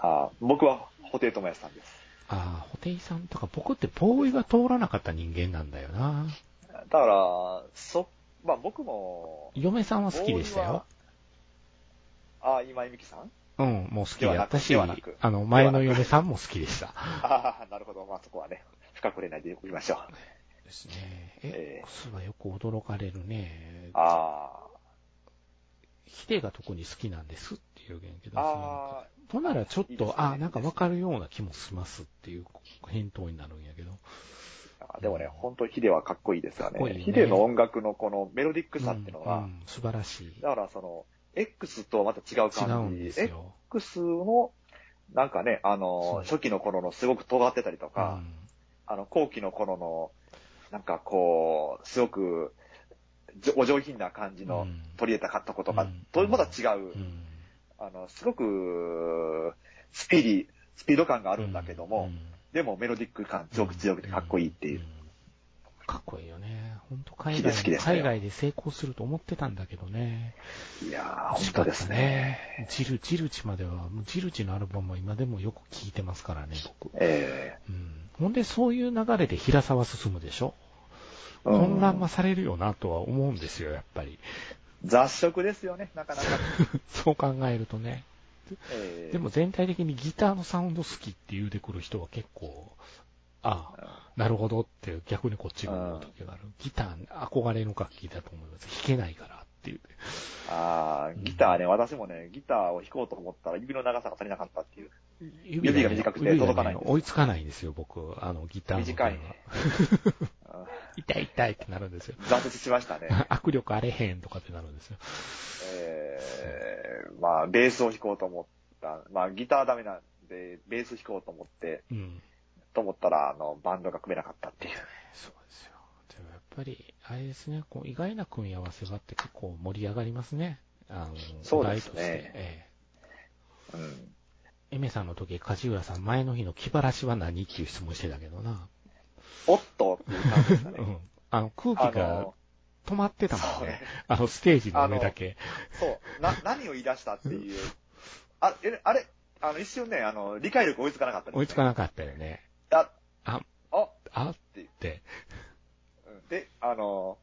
あー僕は、布袋寅泰さんです。ああ、ホテイさんとか僕ってボーイが通らなかった人間なんだよな。だから、そ、まあ僕も、嫁さんは好きでしたよ。あー今井美樹さん うん、もう好きだったし、ではなくではなくあの、前の嫁さんも好きでした。ああ、なるほど。まあそこはね、深く触れないでおきましょう。ですね。ええ X はよく驚かれるね。あヒデが特に好きなんですっていう言及あ、ああだ、し、とならちょっいいですと、ねああ、なんかわかるような気もしますっていう返答になるんやけど。あでもね、本当ヒデはかっこいいですよかっこいいね。ねヒデの音楽のこのメロディックさっていうのが、うんうん素晴らしい。だからその、X とはまた違う違う感んでじ。すよ。 X も、なんかね、あそうの、初期の頃のすごく尖ってたりとうか、んあの、後期の頃の、なんかこう、すごく、じょお上品な感じうのん取り入れたかったことが、うんとまた違う、うんあの、すごく、スピーディー、スピード感があるんだけどうも、んでもメロディック感すごく強くてかっこいいっていう。ん。かっこいいよね。本当海外好きです好きですね海外で成功すると思ってたんだけどね。いやー、本当ですね。惜しかったね。ジル、ジルチまでは、もうジルチのアルバムは今でもよく聴いてますからね、僕。えうん。ほんで、そういう流れで平沢進むでしょえうん混乱はされるよなとは思うんですよ、やっぱり。雑食ですよね、なかなか。そう考えるとね。ええでも全体的にギターのサウンド好きって言うてくる人は結構、ああ、なるほどって逆にこっちが思う時がある。ギター、憧れの楽器だと思います。弾けないからっていう。あーギターね、私もね、ギターを弾こうと思ったら指の長さが足りなかったっていう。指ね指が短くて届かないんです追いつかないんですよ、僕。あの、ギターの。短い ね。あ痛い痛いってなるんですよ。ー挫折しましたね。握力あれへんとかってなるんですよ。ええまあ、ベースを弾こうと思った。まあ、ギターダメなんで、ベース弾こうと思って、うん。と思ったら、あの、バンドが組めなかったっていう。そうですよ。でもやっぱり、あれですね、こう意外な組み合わせがあって結構盛り上がりますね。あの、そおうですね題としてえうん。えエメさんの時、梶浦さん、前の日の気晴らしは何っていう質問してたけどな。おっとっていう感じですかうね。ん。あの、空あ気がの、止まってたもんそうねね。あの、ステージの上だけ。そう、な、何を言い出したっていう。あえあれあの、一瞬ね、あの、理解力追いつかなかったです、ね。追いつかなかったよね。あ、あ、あ、あって。うんで、あの、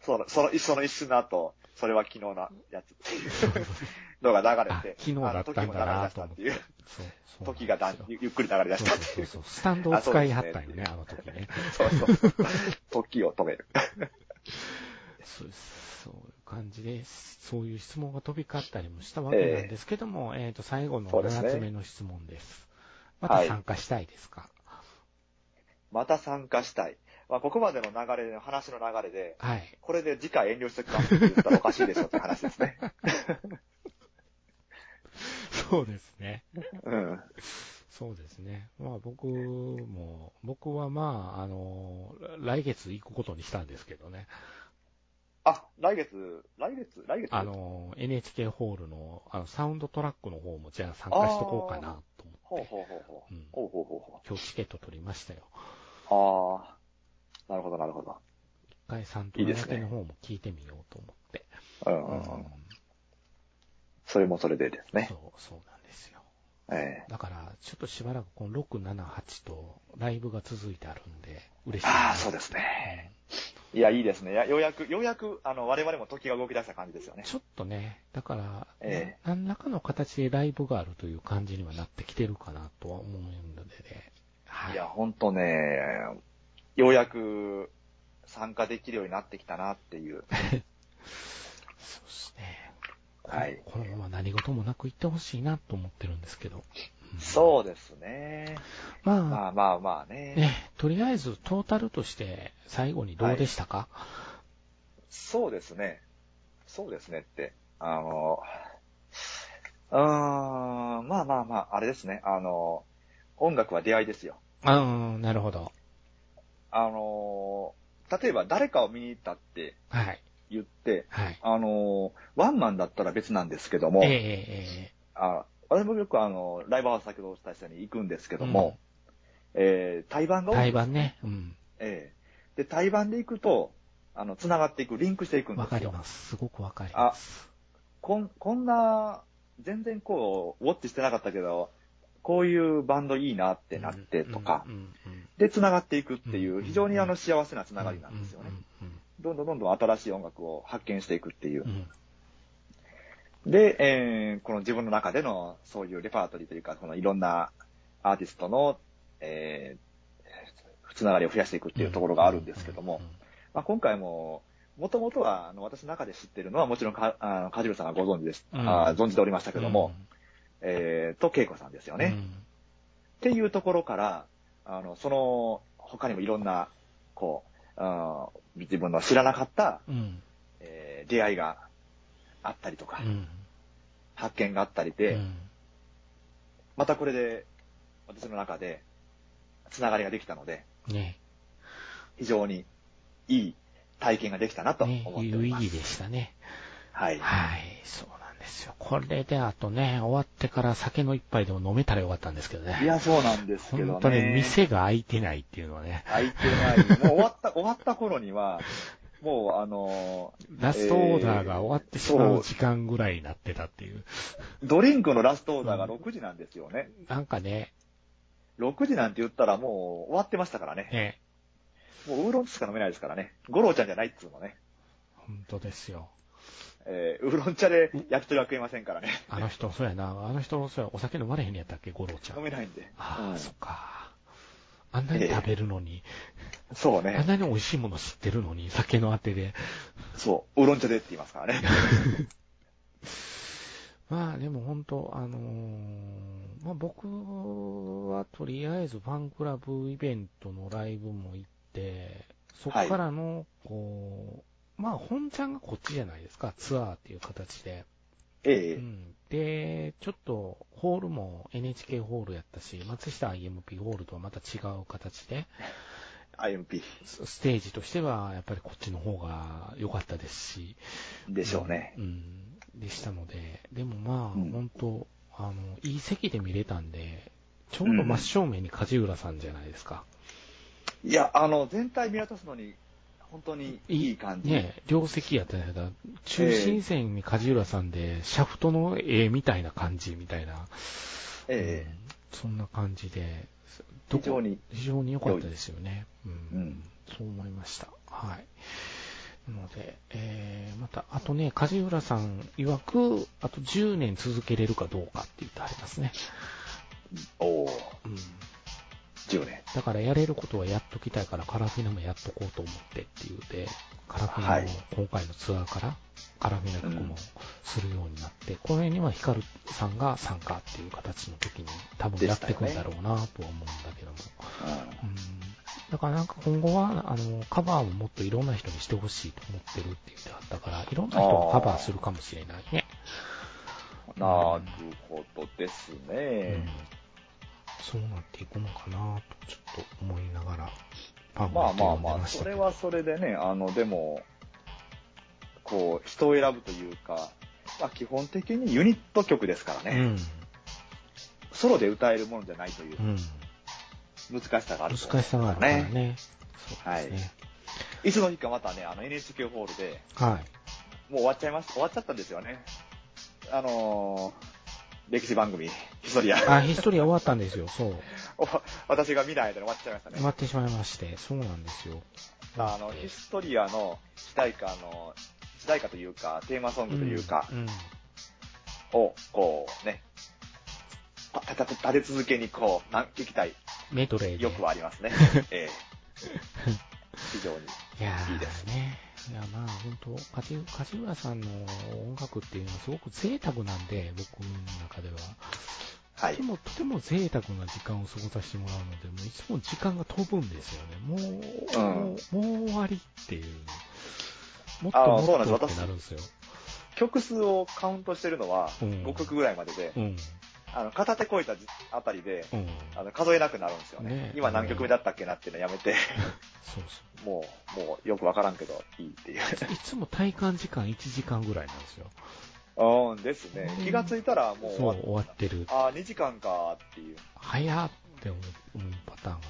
その、その、その一瞬の後、それは昨日のやつっていう のが流れて、あ昨日だったんだなと思ってあの時も流れ出そうしたっていう、そうなんですよ。時がだんゆゆっくり流れ出したそうってそいうう。そう。スタンドを使いはったよね、あの時 ね。そうそう。時を止める。そうですそういう感じで、そういう質問が飛び交ったりもしたわけなんですけども、えっ、と、最後のそうですね7つ目の質問です。また参加したいですかまた参加したい。まあ、ここまでの流れ、話の流れで、はい。これで次回遠慮してくかって言ったらおかしいでしょって話です ね。そうですね。うん。そうですね。まあ僕も、僕はまあ、あの、来月行くことにしたんですけどね。あ、来月、来月、来月あの、NHK ホールのあのサウンドトラックの方もじゃあ参加しとこうかなとほ思っうて、ほうほうほう。うんほうほうほうほう。今日チケット取りましたよ。ああ、なるほど、なるほど。一回さんといいですけねの方も聞いてみようと思って。うんううんうんん。それもそれでですねそ。う、そうなんですよ。ええだから、ちょっとしばらくこの6、7、8とライブが続いてあるんで、嬉しいな、ああ、そうですね。いや、いいですね。いやようやく、ようやく、あの、我々も時が動き出した感じですよね。ちょっとね、だから、え何らかの形でライブがあるという感じにはなってきてるかなとは思うのでね。はいい。や、ほんとね、ようやく参加できるようになってきたなっていう。そうですね。はいこのこのまま何事もなく行ってほしいなと思ってるんですけど。うんそうですね。まあ、まあまあまあね。ね、とりあえずトータルとして最後にどうでしたか、そうですね。そうですねって。あの、うーん、まあまあまあ、あれですね。あの、音楽は出会いですよ。あーなるほど。あのー例えば誰かを見に行ったってはい。言って、はい。あのーワンマンだったら別なんですけども、えええあ私もよくあの、ライブハウス先ほどお伝えしたように行くんですけえども、、えー、対バンうがん多台いんです。湾ね。うん。ええで、対バンで行くと、あの、繋がっていく、リンクしていくんでわかすりよ。ます。すごくわかります。こん、こんな、全然こう、ウォッチしてなかったけど、こういうバンドいいなってなってとか、うんうんうんで、繋がっていくっていうんう、非常にあの、幸せな繋がりなんですよね。。うんどんどんどんどん新しい音楽を発見していくっていううんう。んで、えーこの自分の中でのそういうレパートリーというか、このいろんなアーティストの、えーつながりを増やしていくっていうところがあるんですけども、。まあ、今回も、もともとはあの私の中で知ってるのはもちろんか、あの、カジルさんはご存知です、うんあー存じておりましたけども、うえーと、ケイコさんですよん、ね、うっん。ていうところから、あの、その、他にもいろんな、こう、あー自分の知らなかった、うん。えー出会いがあったりとか、うん。発見があったりで、うんまたこれで、私の中で、つながりができたので、ね非常にいい体験ができたなとね思ってお有り意ます。義でしたね。はい。はい、そうなんですよ。これで、あとね、終わってから酒の一杯でも飲めたらよかったんですけどね。いや、そうなんですけどね。本当に店が開いてないっていうのはね、開いてない。もう終わった、終わった頃には、もうあのラストオーダーが終わってしまう時間ぐらいになってたっていう。ー、ドリンクのラストオーダーが6時なんですよね。なんかね、 6時なんて言ったらもう終わってましたからね。ね、もうウーロン茶しか飲めないですからね。ゴロちゃんじゃないっつうのね。本当ですよ。えーウーロン茶で焼き鳥は食えませんからね。あの人、そうやな、あの人、そうや、お酒飲まれへんやったっけ、五郎ちゃん。飲めないんで。ああ、うんそっか。あんなに食べるのに、そうね。あんなに美味しいもの知ってるのに、酒のあてで。そう、ウーロン茶でって言いますからね。 まあでも本当、あのーまあ僕はとりあえずファンクラブイベントのライブも行って、そこからの、こう、まあ本ちゃんがこっちじゃないですか、ツアーっていう形で。えうえん、で、ちょっとホールも NHK ホールやったし、松下 IMP ホールとはまた違う形で、 IMP ステージとしては、やっぱりこっちの方が良かったですし。でしょうね。うん。でしたので、でもまあ、うん本当あの、いい席で見れたんで、ちょうど真正面に梶浦さんじゃないですか。いや、あの、全体見渡すのに、本当にいい感じ。ね両席やったんやから、中心線に梶浦さんで、シャフトの絵みたいな感じみたいな、えうんそんな感じで、ど非こ常に。非常に良かったですよね。うん。うんそう思いました。はい。なので、えー、また、あとね、梶浦さん曰く、あと10年続けれるかどうかって言ってありますね。おおうん。 10年。だからやれることはやっときたいから、カラフィナもやっとこうと思ってっていうて、カラフィナもはい今回のツアーから、カラフィナ曲うんもするようになって、この辺にはヒカルさんが参加っていう形の時に多分やっていくんだろうなとは思うんだけども。うんだからなんか今後は、あの、カバーをもっといろんな人にしてほしいと思ってるって言ってあったから、いろんな人がカバーするかもしれないね。うん、なるほどですうねん。そうなっていくのかなと、ちょっと思いながら、パンまあまあ読んでまあ、ましそたけれどはそれでね、あの、でも、こう、人を選ぶというか、まあ、基本的にユニット曲ですからね、ソロで歌えるものじゃないといううん。うん。難しさがある、難しさがあるからね。。そうですね。いつの日かまたね、あの NHK ホールで、はい。もう終わっちゃいました、終わっちゃったんですよね。あのー歴史番組、ヒストリア。あ、ヒストリア終わったんですよ、そう。お私が見ない間に終わっちゃいましたね終。わってしまいまして、そうなんですよ。あの、ヒストリアの主題歌の、主題歌というか、テーマソングというか、んんを、こうね、たたた立て続けにこう、なん聞きたい、メドレーで。よくはありますね。ええ非常に。いやーいいですね。いや、まあ、本当梶梶浦さんの音楽っていうのはすごく贅沢なんで、僕の中では。はといて。も、とても贅沢な時間を過ごさせてもらうので、もういつも時間が飛ぶんですよね。もう、もうもう終わりっていう。もっとあもーそうなんですっとっ私てなるんですよ。曲数をカウントしてるのは、うん5曲ぐらいまでで、うん。あの、片手こいたあたりで、うん。あの、数えなくなるんですよね。ね今何曲目だったっけなっていうのやめ て、そうそもう、もうよくわからんけど、いいっていう。う。いつも体感時間1時間ぐらいなんですよ。うんですね。気がついたらもう終そわう、っ終わってる。ああ、2時間かっていう。早っって思う思うパターンが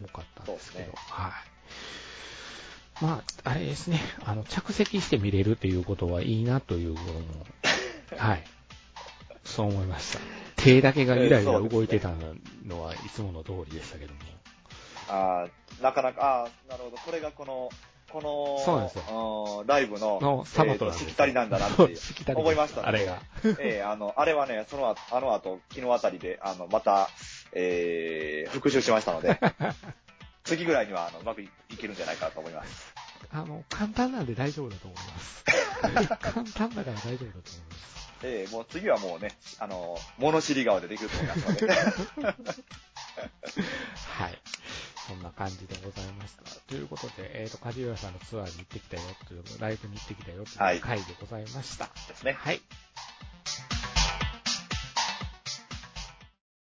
うん多かったんですけど、そうですねはい。まあ、あれですね、あの、着席して見れるっていうことはいいなという ことも、はい。そう思いました。手だけがゆらゆら動いてたのはいつもの通りでしたけども。ああ、なかなか、ああ、なるほど。これがこの、この、そうなんですうんライブの、の、サバトなんですえよ。ーとしきたりなんだなってそいうう、しきたりです思いましたねあれが。えーあの、あれはね、その後、あの後、昨日あたりで、あの、また、えー復習しました ので、次ぐらいには、あの、うまくいいけるんじゃないかと思います。あの、簡単なんで大丈夫だと思います。簡単だから大丈夫だと思います。えーもう次はもうね、あの、物知り顔でできると思いますので、はい。そんな感じでございました。ということで、えっ、と、梶浦さんのツアーに行ってきたよという、ライブに行ってきたよとはいうい回でございました。 ですね。はい。